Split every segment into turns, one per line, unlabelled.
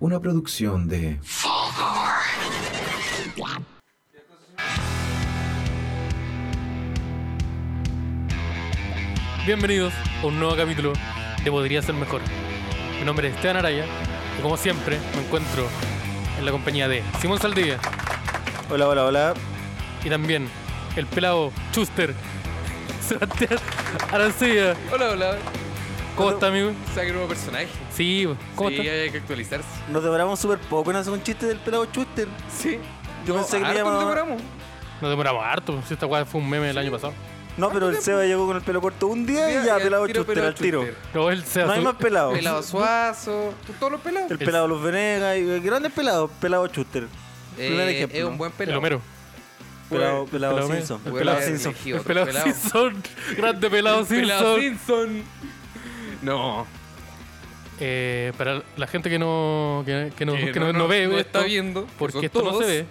Una producción de...
Bienvenidos a un nuevo capítulo de Podría Ser Mejor. Mi nombre es Esteban Araya y como siempre me encuentro en la compañía de Simón Saldivia
Hola, hola, hola.
y también el pelado Chuster Sebastián Arancilla.
Hola, hola.
¿Cómo está amigo?
Saque nuevo personaje.
Sí, ¿cómo
sí,
está?
hay que actualizarse.
Nos demoramos súper poco en hacer un chiste del pelado Chuster.
Sí.
Yo pensé que le
harto
llamaba-
nos demoramos.
Nos demoramos harto, pues, si esta weá fue un meme del año pasado.
No, pero el Seba llegó con el pelo corto un día
Ah, pues. Mira,
y ya,
al
pelado
tiro,
Chuster,
pelado
al tiro.
Schuster.
No, él se
No hay
asum-
más pelados.
Pelado Suazo. tú- Todos los pelados.
El pelado Los Venegas, y- grandes pelados, pelado Chuster.
Eh,
primer ejemplo.
Es un buen
el
pelado.
Homero.
Pelado, pelado,
pelado
Simpson.
me- el
Hubiera
pelado
Simpson.
elegido
El
otro
pelado Simpson. Grande pelado
El pelado
Simpson.
Simpson. No.
Eh, para la gente que no, que, que no,
que
que no, no ve
no
esto,
está viendo. que
porque
son
esto no
todos.
se ve.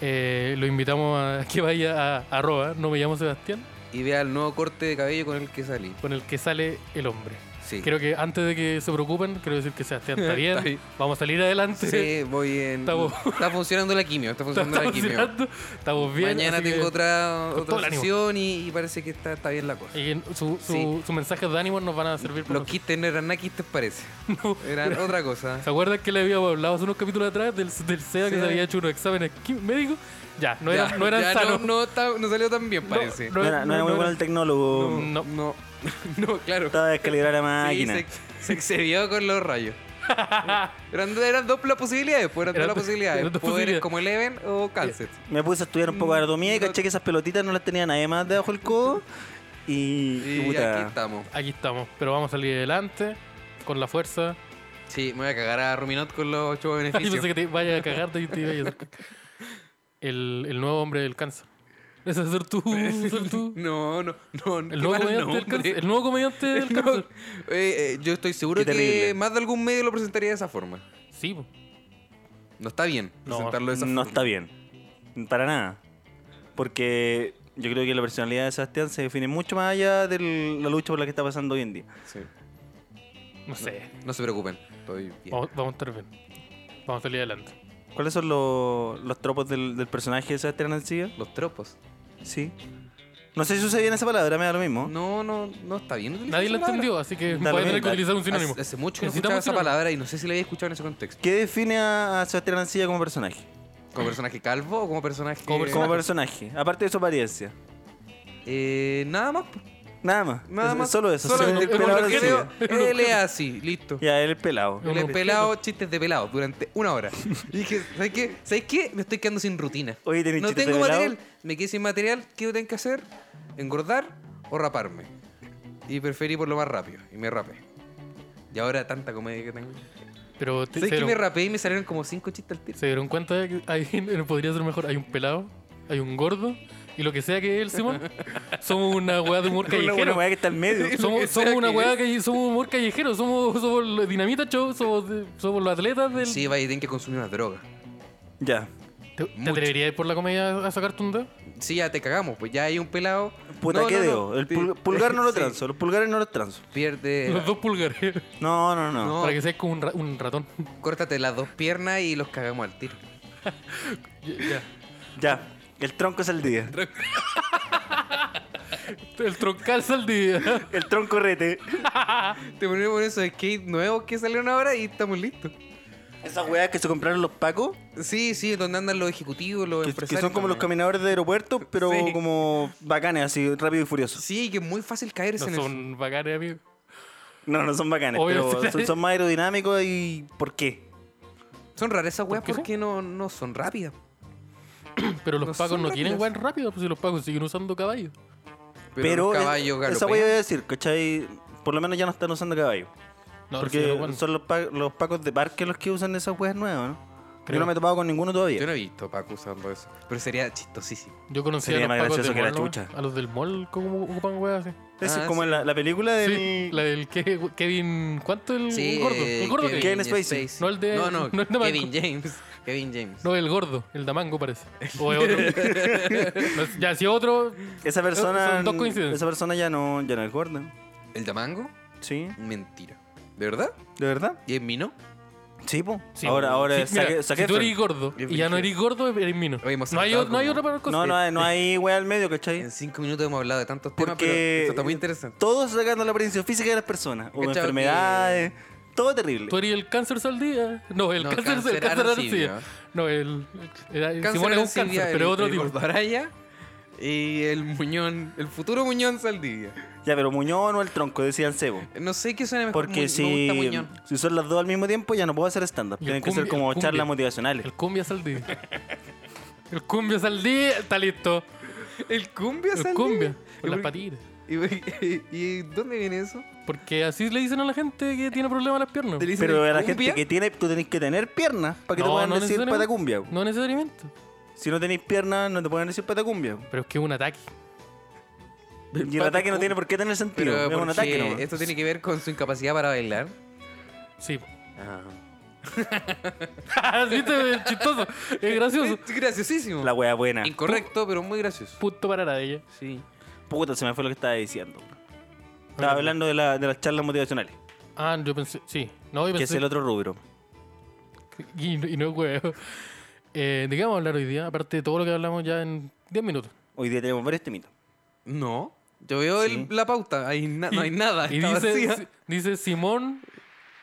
Eh, lo invitamos a que vaya a arroba, no me llamo Sebastián,
Y vea el nuevo corte de cabello con el que salí.
con el que sale el hombre.
Sí.
Creo que antes de que se preocupen, quiero decir que Sebastián está bien,
Está bien.
vamos a salir adelante,
Sí, voy en.
Está bu-
Está funcionando la quimio. Está
está-
funcionando
estamos,
la quimio.
tirando, estamos bien.
Mañana
así
tengo
que-
otra,
con todo el
otra
ánimo.
sesión y, y parece que está, está bien la cosa.
y que su, su,
Sí.
sus mensajes de ánimo nos van a servir para
Los quistes no eran nada quistes, parece. Eran otra cosa.
¿Se acuerdan que le habíamos hablado hace unos capítulos atrás del, del SEDA que
Sí.
se había hecho unos exámenes qui- médicos? Ya, no eran,
Ya,
no eran
ya
sanos.
No, no ta- no salió tan bien, parece.
No,
No era, no
no,
era
no
muy
era-
bueno el tecnólogo.
no.
no, no, claro.
Estaba descalibrada la
Sí,
máquina.
se, se excedió con los rayos. eran, eran dos las posibilidades, pues, eran
Eran
dos
dos-
las posibilidades.
eran dos posibilidades.
Poderes como Eleven o Cáncer.
Me puse a estudiar un poco de anatomía y
No.
caché que esas pelotitas no las tenía nadie más debajo del codo. Y, y
Y
puta.
aquí estamos.
Aquí estamos, pero vamos a salir adelante con la fuerza.
Sí, me voy a cagar a Ruminot con los ocho
Yo pensé
beneficios.
que te vaya a cagarte y te iba a hacer caca. el, el nuevo hombre del cáncer. Ese va a ser tú. ser tú.
No, no, no. qué
El nuevo,
mal
comediante del
nombre.
cáncer. el nuevo comediante del
No,
cáncer.
eh, eh, yo estoy seguro
Qué terrible.
que más de algún medio lo presentaría de esa forma.
Sí, po.
No está bien
No,
presentarlo de esa
no
forma.
está bien. Para nada. Porque yo creo que la personalidad de Sebastián se define mucho más allá de la lucha por la que está pasando hoy en día.
Sí.
no sé.
No se preocupen, estoy bien.
Vamos, vamos a estar bien. Vamos a salir adelante.
¿Cuáles son los, los tropos del, del personaje de Sebastián Arancibia?
Los tropos.
Sí. No sé si usa bien esa palabra, me da lo mismo.
No, no, no está bien. utilizar
Nadie
esa
lo
palabra.
entendió, así que
Da lo
voy a tener
mismo.
que utilizar un sinónimo.
Hace, hace mucho que no
Necesitamos
escuchaba esa
sinónimo.
palabra y no sé si la había escuchado en ese contexto.
¿Qué define a a Sebastián Arancibia como personaje?
¿Como personaje calvo o como personaje.?
Ah. Como perso-
Como personaje, aparte de su apariencia.
Eh, nada más. po.
Nada más.
Nada
Es-
más.
Solo eso.
Solo
solo el
como
pelado
lo que
Arancibia.
veo, Él es así, listo.
Ya, él es pelado.
Ya.
Él
Un
es
objeto.
pelado, chistes de pelado durante una hora. Y dije, ¿sabes qué? ¿Sabes qué? Me estoy quedando sin rutina.
Oye, ¿tenés
no
chistes
tengo
de pelado?
material. Me quedé sin material. ¿Qué tengo que hacer? ¿Engordar o raparme? Y preferí por lo más rápido. Y me rapé. Y ahora tanta comedia que tengo.
Pero te-
¿Sabes
se
que me
dieron,
rapé y me salieron como cinco chistes al tiro?
se dieron cuenta de que ahí no podría ser mejor. Hay un pelado, hay un gordo, y lo que sea que es el Simón, somos una weá de humor
Una buena
callejero.
weá que está en medio.
que
Somos,
sea
somos una
que
weá
es.
que somos humor callejero, somos, somos los Dinamita Show, somos, de- somos los atletas del.
Sí, vaya, tienen que consumir una droga.
Ya.
¿Te, te
mucho.
atreverías a ir por la comedia a sacarte un dedo?
Sí, ya te cagamos, pues ya hay un pelado.
Puta,
No,
¿qué
no, no.
dedo? El
Sí.
pul- pulgar no lo
Sí.
transo, los pulgares no los transo.
Pierde.
Los dos pulgares.
No, no, no.
Eh, No.
Para que seas como un, ra- un ratón.
Córtate las dos piernas y los cagamos al tiro.
Ya.
Ya, el tronco es el día.
El troncal saldía.
El tronco rete.
Te ponemos esos skate nuevos que salieron ahora y estamos listos.
Esas weas que se compraron los pacos,
Sí, sí, donde andan los ejecutivos, los
que, que
empresarios.
son como los
también.
caminadores de aeropuerto, pero
Sí.
como bacanes, así, rápido y furioso.
Sí, que es muy fácil caerse
No
en eso.
son bacanes, amigo.
No, no son bacanes,
Obvio, sí.
pero son, son más aerodinámicos y. ¿Por qué?
Son raras esas weas
¿Por qué
porque no, no son rápidas.
Pero los
No
pacos
son
no tienen
rápidas.
weón rápido, pues si los pacos siguen usando caballos.
Pero,
Pero,
los
es-
caballos
esa wea iba a
galopean.
decir, ¿cachai? Por lo menos ya no están usando caballos.
No,
porque
sí, weón.
son los, pa- los pacos de parque los que usan esas weas nuevas, ¿no?
Creo.
Yo no me he topado con ninguno todavía.
Yo no he visto a Paco usando eso. Pero sería chistosísimo.
Yo conocí a los
Sería más
pacos del
gracioso que la
mall, ¿no?
chucha.
A los del mall, ¿cómo ocupan weas así?
Es
Ah,
como
sí.
la, la película del.
Sí, la del Ke- Kevin. ¿Cuánto Mm, el
Sí,
gordo?
eh,
El gordo
Kevin,
Kevin.
Kevin Spacey.
No el de-
No, no,
no el de
Kevin James. Kevin James.
No, el gordo, el damango parece. O es otro. No, ya, si otro.
Esa persona.
Son dos coincidencias.
Esa persona ya no, ya no es gorda.
¿El de mango?
Sí,
Mentira. ¿De verdad?
de verdad.
¿Y en mí no?
Sí, po.
Sí,
ahora, ahora
sí, mira,
saque- saque
si tú
Efron.
eres gordo
Es
y ya no
brígido.
eres gordo, eres mino.
Oye, hemos
no, hay, o-
saltado
no hay
como-
otra cosa.
No, no hay, no hay wea al medio, ¿cachai?
En cinco minutos hemos hablado de tantos temas, pero
Porque
esto está muy interesante.
todos sacando la apariencia física de las personas. O
¿Cachai?
enfermedades. Todo terrible.
Tú eres el cáncer saldía. No, el
No,
cáncer, el
cáncer
cáncer era
arancibia.
arancibia. No, el. era-
El cáncer
Simón es un
arancibia,
cáncer,
el-
pero es otro
el
tipo.
gordo Araya y el Muñón, el futuro Muñón Saldivia.
Ya, pero Muñón o el tronco, decían Cebo.
No sé qué suena mejor.
Porque
Mu-
si,
Me gusta Muñón.
si son las dos al mismo tiempo, ya no puedo hacer stand-up.
Y el
Tienen que
cumbia-
ser como
el cumbia.
charlas motivacionales.
El cumbia saldía. el cumbia saldía está listo.
El cumbia
El
Saldivia.
cumbia.
¿Y
Con las
por-
patitas.
¿Y, por- y dónde viene eso?
Porque así le dicen a la gente que tiene problemas en las piernas.
¿Te le dicen
Pero
el
a la
cumbia?
gente que tiene, tú tenés que tener piernas para que te puedan decir
necesariamente.
patacumbia.
No necesariamente.
Si no tenéis piernas, no te pueden decir patacumbia.
Pero es que es un ataque.
Y el ataque no tiene por qué tener sentido.
Pero
es un
porque
ataque nomás.
esto tiene que ver con su incapacidad para bailar.
Sí.
Ah.
¿Viste? Es chistoso. Es gracioso.
Es graciosísimo.
La wea buena.
Incorrecto, pero muy gracioso.
Punto para la ella.
Sí.
Puta, se me fue lo que estaba diciendo. Estaba hablando de, la- de las charlas motivacionales,
Ah, yo pensé. pues Sí. No, yo
que es
pensé.
el otro rubro.
Y, y no huevo. Eh, ¿De qué vamos a hablar hoy día? Aparte de todo lo que hablamos ya en 10 minutos.
Hoy día tenemos varios temitos.
No. Yo veo
Sí.
el- la pauta. Ahí na- no hay nada.
Y
está
dice,
vacía.
si- dice Simón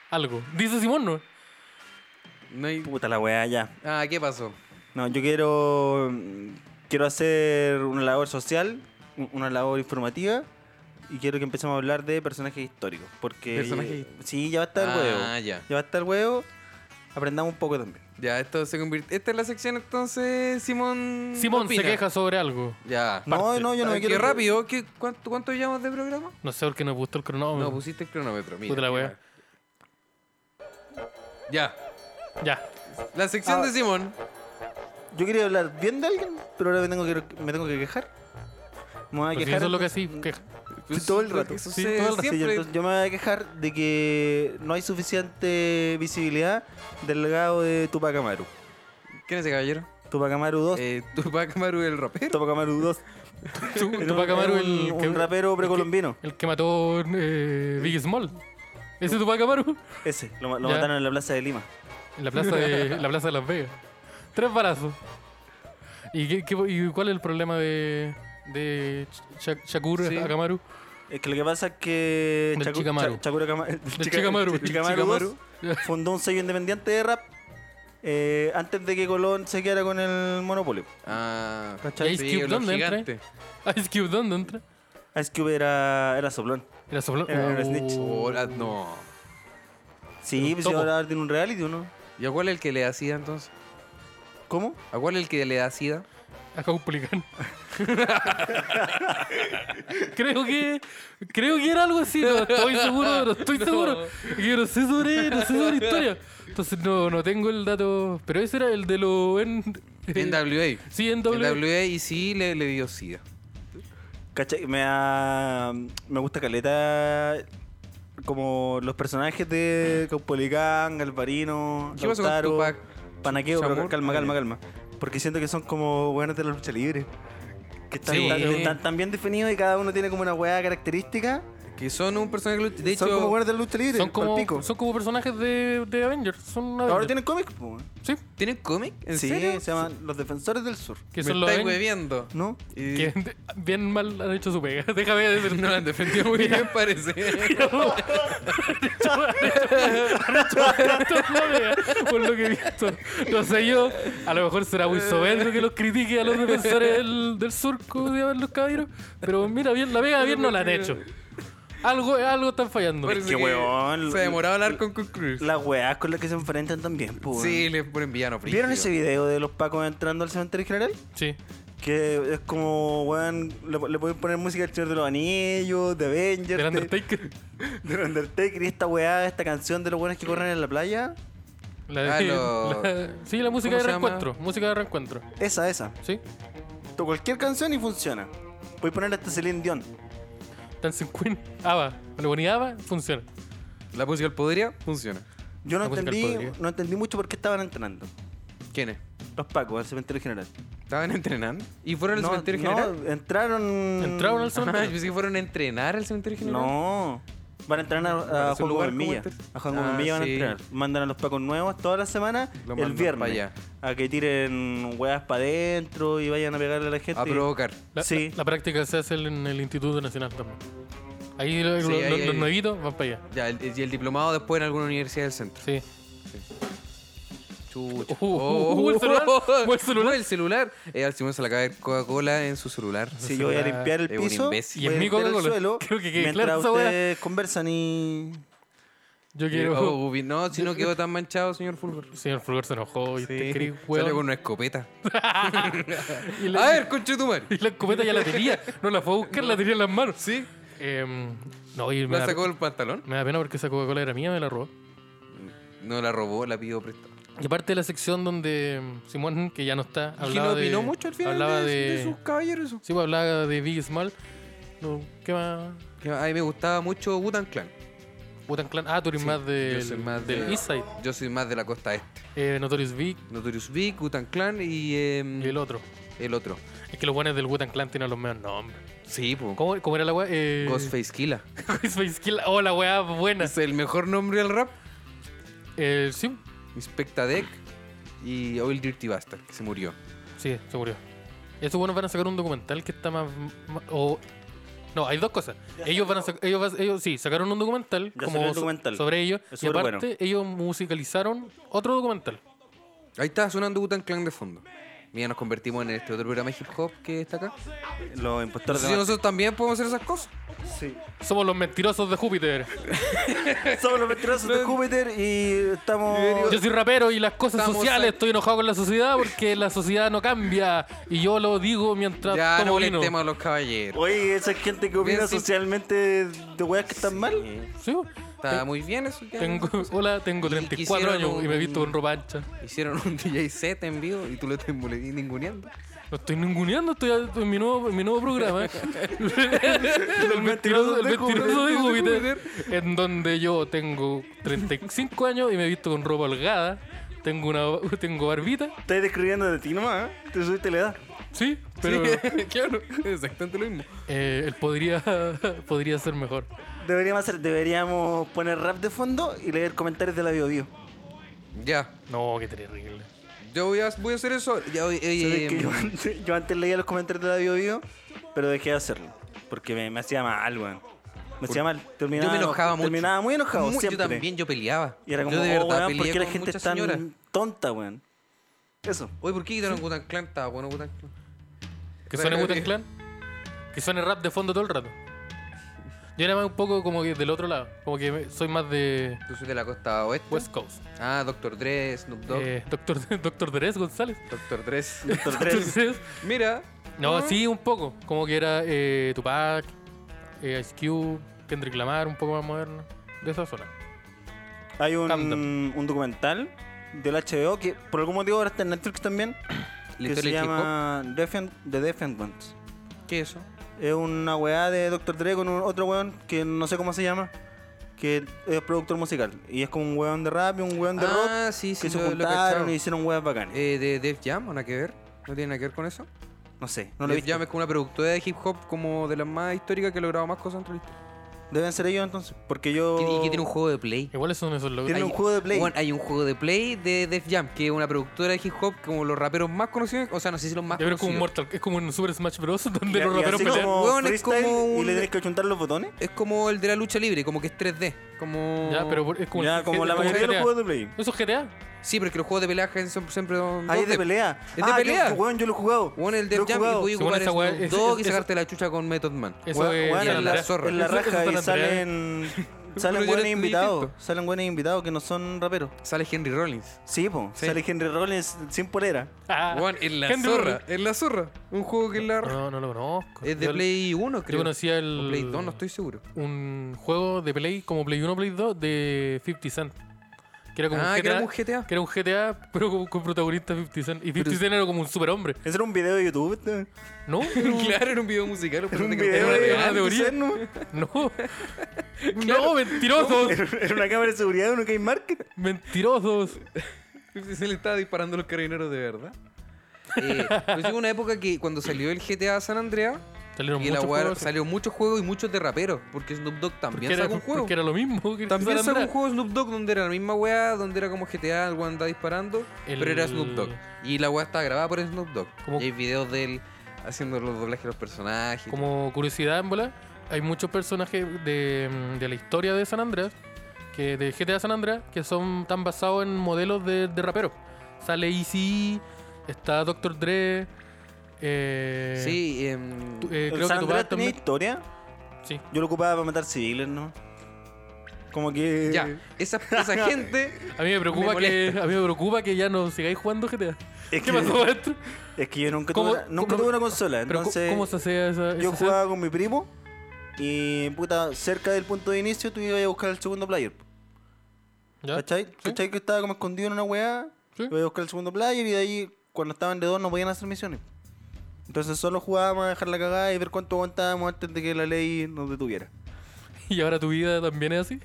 algo. Dice Simón, ¿no?
No hay...
Puta la wea ya.
Ah, ¿qué pasó?
No, yo quiero. mm, Quiero hacer una labor social, un- una labor informativa. Y quiero que empecemos a hablar de personajes históricos. Porque.
Personajes-
Sí, ya va a estar
Ah,
el huevo.
ya.
va a estar el huevo. Aprendamos un poco también.
Ya, esto se convirtió. Esta es la sección entonces, Simón.
Simón se
opina.
queja sobre algo.
Ya.
No, no, yo no me
Ay,
quiero.
Qué rápido. ¿Qué, cuánto, ¿Cuánto llevamos de programa?
No sé por qué no puso el cronómetro.
No, pusiste el cronómetro. Mira,
Puta la
mira. Ya.
Ya.
La sección
Ah,
de Simón.
Yo quería hablar bien de alguien, pero ahora me tengo que, me tengo que quejar. Me voy a
Pues si
quejar.
eso es lo que sí. queja.
Sí, todo el rato.
Pues, Eso
Pues, Sí,
sucede
todo el rato.
Sí, yo-
siempre.
entonces yo me voy a quejar de que no hay suficiente visibilidad del legado de Tupac Amaru.
¿Quién es ese caballero?
Tupac Amaru 2,
Eh, Tupac Amaru el rapero.
Tupac Amaru 2.
Tu-
Era
Tupac
un-
Amaru,
era un-
el que,
un rapero precolombino.
el que mató eh, Biggie Small. Ese Tupac Amaru.
Ese, lo, ma- lo
Ya.
mataron en la plaza de Lima.
En la plaza de, en la plaza de Las Vegas. Tres balazos. ¿Y, qué, qué- y cuál es el problema de, de Sha- Shakur
Sí.
Akamaru?
Es que lo que pasa es que
Del
Chacu-
Chica Amaru.
Cha- Chacura Cama- del Chica-
Chica Amaru.
del Chica Amaru
Chica Amaru.
2 fundó un sello independiente de rap eh, antes de que Colón se quedara con el monopolio.
Ah,
¿Cachai?
Ice
sí,
Cube,
los
¿dónde entra?
gigantes.
Ice Cube, ¿dónde entra?
Ice Cube era, era soplón.
Era solo.
Era un snitch.
Oh, ah, no.
Sí,
un
pues
topo.
ahora tiene un reality, ¿o ¿no?
¿Y a cuál es el que le da sida entonces?
¿Cómo?
¿A cuál es el que le da sida?
Acá un pulicán. creo que. Creo que era algo así. No estoy seguro, no estoy seguro. Yo no sé sobre, no sé sobre historia. Entonces no, no tengo el dato. Pero ese era el de los en.
NWA.
Sí, en W.
NWA y sí le, le dio sida.
¿Cachai? Me, da- me gusta Caleta como los personajes de Caupolicán, Galvarino,
¿Qué pasó con
Lautaro,
Tupac?
Panaqueo, pero
Shakur. eh.
calma, calma, calma. Porque siento que son como buenas de la lucha libre. Que están,
Sí.
tan, están tan bien definidos y cada uno tiene como una hueá característica.
Que son un personaje. que lo- De hecho,
son como buenas de la lucha libre.
Son como,
palpico.
son como personajes de, de Avengers. Son
Ahora
Avengers.
tienen cómics, po.
Sí,
¿tienen cómic? ¿En
sí,
serio?
se llaman Los Defensores del Sur.
que
Me
son los
estáis
Avengers.
hueviendo.
¿No?
Y-
Que bien mal han hecho su pega. Déjame decir.
No la han defendido muy bien, parece.
Tanto la wea, por lo que he visto. No sé yo, a lo mejor será muy soberbio que los critique a los defensores del, del sur, como se llaman los caballeros. Pero mira, bien, la pega bien no la han hecho. Algo, algo están fallando.
Parece
que huevón.
Se demoraba hablar con Con Cruz.
Las hueás con las que se enfrentan también, po.
Sí, le ponen villano frío.
¿Vieron ese video de los pacos entrando al cementerio general?
Sí.
Que es como, weón, le, le pueden poner música al Señor de los Anillos, de Avengers,
Del
de-
Undertaker.
del Undertaker y esta weá, esta canción de los buenos que corren en la playa.
La de-
Ah, lo-
la- sí, la música de
¿cómo se llama?
reencuentro. Música de reencuentro.
Esa, esa.
Sí.
Tu cualquier canción y funciona. Voy a poner hasta Celine Dion.
Dancing Queen. Ava. Le ponía Ava, funciona.
La música del podría funciona.
Yo no
La música del
entendí,
Podrido.
no entendí mucho por qué estaban entrando.
¿Quiénes?
Los pacos al cementerio general.
¿Estaban entrenando? ¿Y fueron al
no,
cementerio
no,
general?
entraron.
Entraron al
Ah, yo
cementerio.
pensé que fueron a entrenar al cementerio general.
No. Van a entrenar a, a
Parece
Juan
un lugar
Gómez Milla.
como este.
A Juan Gómez
Ah,
Milla van a
sí.
entrenar. Mandan a los pacos nuevos toda la semana
Lo
el
mandan
viernes.
pa' allá.
A que tiren huevas para adentro y vayan a pegarle a la
Ah,
gente.
A provocar.
La,
Sí.
la, la práctica se hace en el Instituto Nacional también. Ahí lo-
Sí,
lo-
ahí-
lo-
ahí.
los nuevitos van para allá.
Ya, el- y el diplomado después en alguna universidad del centro.
Sí.
Chucha.
Uh, uh, uh, el celular, uh, el celular.
No, el celular. Eh, al Simón se le acaba de caer Coca-Cola en su celular.
Sí, yo voy a
Era-
limpiar el
era un
piso,
imbécil.
Y
voy
en
a
mi
limpiar el
Coca-Cola.
suelo,
Creo que quede
mientras
claro esa wea.
ustedes conversan y...
Yo
Eh,
quiero.
oh, ubi- no, si no quedó tan manchado, señor Fulgor.
Señor Fulgor se enojó y este Chris,
Salió con
weón.
una escopeta.
Y
A
la,
ver, conchetumar.
y la escopeta ya la tenía. No la fue a buscar, la tenía en las manos.
Sí,
Em, no, y me
la
da,
sacó del pantalón.
me da pena porque esa Coca-Cola era mía, me la robó.
No la robó, la pidió prestada.
Y aparte de la sección donde mm, Simón, que ya no está, hablaba
Y que no opinó
de,
mucho al final
hablaba
de,
de,
de sus caballeros.
Sí, pues, hablaba de Big Small. No, ¿Qué más?
Que A mí me gustaba mucho Wutan Clan.
Butan Clan. Ah, tú eres
Sí,
más
yo
del,
soy más
del
de-
East Side.
Yo soy más de la costa este.
Eh, Notorious Big
Notorious Big, Wutan Clan y, em,
y el otro.
el otro.
Es que los buenos del Butan Clan tienen los mejores nombres.
Sí, po.
¿Cómo, cómo era la weá? Eh,
Ghostface Killa.
Ghostface Killa. Oh, la weá buena.
Es el mejor nombre del rap.
Eh, sí,
Inspecta Deck y Oil Dirty Bastard, que se murió.
sí, se murió. Estos buenos van a sacar un documental que está más. más- o- no, hay dos cosas. Ellos van a sacar. Ellos, va- ellos sí, sacaron un documental,
Ya
como
salió el
so-
documental.
sobre ellos.
Es
Y
súper
aparte, ellos musicalizaron otro documental.
Ahí está sonando Wutan Clan de fondo. Mira, nos convertimos en este otro programa de hip hop que está acá.
Los
No
impostores
sé
de
si nosotros también podemos hacer esas cosas.
Sí.
Somos los mentirosos de Júpiter.
Somos los mentirosos de Júpiter y estamos...
Yo soy rapero y las cosas
Estamos
sociales.
a-
Estoy enojado con la sociedad porque la sociedad no cambia. Y yo lo digo mientras
Ya no
tomo vino.
molestemos a los caballeros.
Oye, esa gente que
Bien,
opina
sí.
socialmente de weas que están mal.
Sí,
Está muy bien eso. ya.
tengo, hola, tengo
Y
34
quisieron
años y me he
un-
visto con ropa ancha.
Hicieron un DJ set en vivo y tú lo estás mole- ninguneando.
No estoy ninguneando, estoy a- en mi nuevo, en mi nuevo programa. el mentiroso,
mentirosos
el
de
mentiroso de
Júpiter.
Júpiter. En donde yo tengo 35 años y me he visto con ropa holgada. Tengo una tengo barbita,
Estás describiendo de ti nomás, ¿eh? Te subiste la edad.
sí, pero
Sí, claro, exactamente lo mismo.
eh, él podría, podría ser mejor.
Deberíamos, hacer, deberíamos poner rap de fondo y leer comentarios de la BioBio.
Ya,
No, qué terrible.
yo voy a, voy a hacer eso. Ya, oye, oye,
¿Sabes que yo, antes, yo antes leía los comentarios de la BioBio, pero dejé de hacerlo. Porque me, me hacía mal, weón. Me hacía mal. Terminaba,
yo me enojaba mucho.
Terminaba muy enojado,
Mu-
siempre.
Yo también, yo peleaba.
Y era como,
yo de
oh, weón,
verdad peleé
¿por qué la
con
gente es
muchas
tan
señoras.
tonta, weón? Eso.
Oye, ¿por qué quitaron Gutan Clan? Estaba bueno Gutan Clan.
Que suene Wu-Tang Clan. Que suene rap de fondo todo el rato. Yo era más un poco como que del otro lado. Como que me- soy más de
Tú soy de la costa oeste.
Pues,
West Coast.
Ah, Doctor Dre, Snoop Dogg.
Eh, doctor, doctor Derez González.
Doctor Dre.
Doctor Dre.
Entonces,
Mira.
Ah.
no, sí, un poco. Como que era eh, Tupac, eh, Ice Cube, Kendrick Lamar, un poco más moderno. De esa zona.
Hay un,
Camden.
un documental del HBO que por algún motivo ahora está en Netflix también.
La
que se
historia del hip
llama Defend, The Defendants.
hop. ¿Qué es eso?
Es una weá de Dr. Dre con un- otro weón que no sé cómo se llama, que es productor musical. Y es como un weón de rap y un weón de rock
Ah, sí, sí,
que se
lo- lo he
juntaron
cachado.
y hicieron weas bacanes.
Eh, de Def Jam, ¿o nada que ver? ¿No tiene nada que ver con eso?
no sé, no lo he
Def
visto.
Jam es como una productora de hip hop como de las más históricas que ha logrado más cosas entre la historia.
Deben ser ellos entonces, porque yo...
Y que tiene un juego de Play.
Igual son esos logros.
Oh. Tiene
Hay-
un juego de Play.
Bueno, hay un juego de Play de Def Jam, que es una productora de hip hop como los raperos más conocidos, o sea, no sé si los más
Yo creo que es como un
conocidos.
Mortal, es como un Super Smash Bros.
Y-
donde los
y
raperos
así
pelean.
como
Weón, es
freestyle
como
y
un-
le tienes que chuntar los botones.
Es como el de la lucha libre, como que es 3D. Como...
Ya, pero por- es como,
ya,
el-
como
es
la
como
mayoría de los
GTA.
juegos de Play.
Eso es GTA.
Sí, porque los juegos de pelaje son siempre... son
Ah, es
2D.
de pelea.
Es de
ah,
pelea.
Yo, weón, yo lo he jugado.
Bueno, el
Lo
Def
he
Jam y
jugado.
podías
Según
jugar
esa weá,
Snoop
es-
Dog y
es-
sacarte la chucha con Method Man.
Eso
Weón,
es
weón,
GTA,
en
en, la,
la zorra.
en la
Eso- eso
raja
está
y
en Andrea.
salen,
Pero yo
salen
lo
buenos
estoy
invitados.
distinto.
Salen buenos invitados que no son raperos.
Sale Henry Rollins.
Sí, po.
Sí.
Sale Henry Rollins sin polera.
Ah.
Juan, en la
Henry
zorra.
Rollins.
En la zorra. Un juego que es la...
No, no lo conozco.
Es de
Yo-
Play 1, creo.
Yo conocía el.
O Play 2, no estoy seguro.
un juego de Play, como Play 1, Play 2, de 50 Cent. Que era como un
Ah,
GTA,
que era un GTA.
que era un GTA, pero con, con protagonista 50 Cent. Y 50
Pero-
Cent era como un superhombre,
Ese era un video de YouTube.
¿no?
¿no?
claro, era un video musical.
Era
pero
un
te-
video
era
de
real, de
antes,
origen.
¿no?
No, no, mentirosos,
Era era una cámara de seguridad de un Key Market.
mentirosos.
Se le estaba disparando a pues los carabineros de verdad. Eh, pero llegó una época que cuando salió el GTA San Andreas,
Salieron
Y la
muchos
weá-
juegos.
salió muchos juegos y muchos de raperos. Porque Snoop Dogg
porque
también
era,
sacó un juego.
porque era lo mismo que
También
San
sacó un
Andreas.
juego Snoop Dogg donde era la misma weá, donde era como GTA, el weón andaba disparando,
El-
pero era Snoop Dogg. Y la weá estaba grabada por Snoop Dogg.
Como-
Y hay videos de él haciendo los doblajes de los personajes.
Como curiosidad en bola, hay muchos personajes de, de la historia de San Andreas, que de GTA San Andreas, que son están basados en modelos de, de raperos. Sale Easy, está Dr. Dre. Eh,
Sí, y, em,
tu- eh,
¿El
creo que
San
tu
Andreas
papá
tenía
también.
historia?
Sí.
Yo lo ocupaba para matar civiles, ¿no? Como que...
ya. Esa, esa gente.
A mí me preocupa que
molesta.
a mí me preocupa que ya no sigáis jugando GTA.
Es
¿Qué
que,
pasó maestro?
Es que yo nunca,
¿Cómo-
tuve, una, nunca
cómo-
tuve una consola,
Pero ¿cómo-
entonces...
¿cómo se hacía esa,
Yo
esa-
jugaba con mi primo y puta, cerca del punto de inicio tú ibas a buscar el segundo player.
¿Ya?
¿Cachai? ¿Cachai que estaba como escondido en una weá?
Sí.
Ibas a buscar el segundo player y de ahí cuando estaban de dos no podían hacer misiones. Entonces solo jugábamos a dejar la cagada y ver cuánto aguantábamos antes de que la ley nos detuviera.
¿Y ahora tu vida también es así?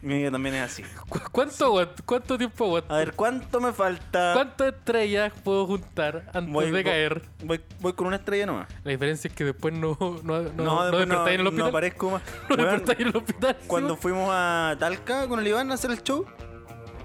Mi vida también es así.
¿Cu- ¿Cuánto, aguant- cuánto tiempo aguanto?
A ver, ¿cuánto me falta?
¿Cuántas estrellas puedo juntar antes
Ah. Voy-
de
voy-
caer?
Voy, voy con una estrella nomás.
La diferencia es que después no, no, no, no,
después
despertáis en el
no
hospital.
aparezco más.
No
Weón,
despertáis en el hospital. sí,
Cuando
weón.
fuimos a Talca con el Iván a hacer el show,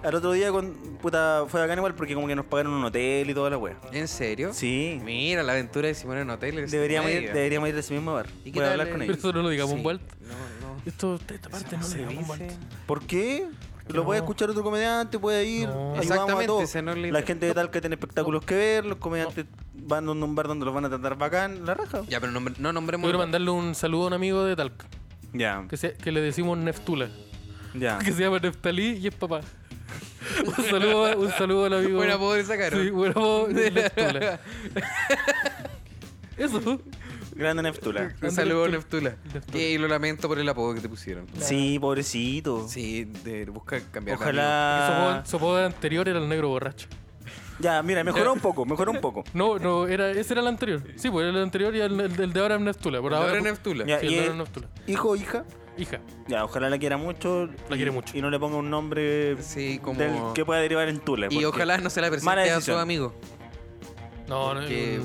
al otro día con puta fue acá igual porque como que nos pagaron un hotel y toda la wea.
¿En serio?
Sí.
Mira la aventura de Simón en hotel. es
Deberíamos ir,
media.
deberíamos ir a ese mismo bar.
¿Y qué
Voy a
tal
hablar con
el-
Pero
ellos.
eso no lo digamos en
Sí,
vuelta.
No, no.
Esto, esta parte
Eso no
este no, lo
se
digamos en
dice.
vuelta.
¿Por qué? Lo
no.
puede escuchar otro comediante, puede ir,
No.
ayudamos a
Exactamente,
todos.
se nos libera.
La gente de Talca tiene espectáculos que ver, los comediantes van a un bar donde los van a tratar bacán, la raja.
Ya, pero nombre- no nombremos.
Quiero mandarle un saludo a un amigo de Talca,
Ya,
que, se- que le decimos Neftula,
ya.
que se llama Neftalí y es papá. Un saludo, un saludo al amigo.
Buena poder sacar.
Sí, buen apodo, Neftula. Eso.
Grande Neftula.
Un saludo a Neptula.
Neptula.
Y lo lamento por el apodo que te pusieron.
Sí, pobrecito.
Sí, de, busca cambiar. de
Su
Ojalá.
apodo- Su apodo anterior era el negro borracho.
Ya, mira, mejoró un poco, mejoró un poco.
No, no, era, ese era el anterior. Sí, pues era el anterior y el, el- el de ahora es Neftula. Por
amigo.
ahora
Ahora Neptula.
Ya,
Sí,
y
el de ahora
el-
es Neftula.
Hijo o hija,
Hija.
ya, ojalá la quiera mucho.
La
y-
quiere mucho.
Y no le ponga un nombre
Sí, como-
del que pueda derivar en Tula.
Y
porque-
ojalá no se la
Mala
presente a su
decisión.
amigo.
No, no,
Porque-
eh,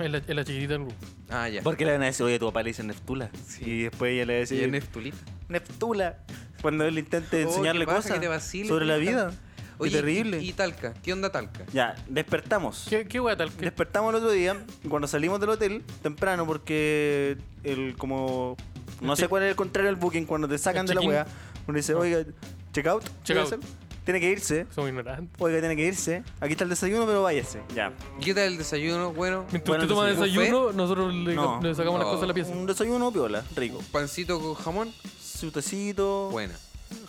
es la, es la chiquitita del grupo.
Ah, ya.
Porque le van a decir, oye, tu papá le dice Neftula. Y después ella le va a
Y
decir,
es Neptulita.
Neftula. Cuando él intente
Oh,
enseñarle
¿qué pasa?
cosas
Que te vacile,
sobre la
puta.
vida. Oye,
Oye,
terrible.
Y, y Talca. ¿Qué onda Talca?
Ya, despertamos.
¿Qué, qué wea tal? que-
Despertamos el otro día, y cuando salimos del hotel, temprano, porque el como. No sé cuál es el contrario al booking, cuando te sacan
El
de la
check-in.
wea, uno dice, oiga, check out,
Check out.
¿puede ser? tiene que irse,
Somos ignorantes.
oiga, tiene que irse, aquí está el desayuno, pero váyase. Ya.
¿Y ¿Qué tal el desayuno? Bueno,
Mientras
Bueno,
usted toma
entonces,
desayuno, nosotros le,
No.
le sacamos las
No.
cosas a la pieza.
Un desayuno piola, rico.
pancito con jamón.
Su tecito,
Buena.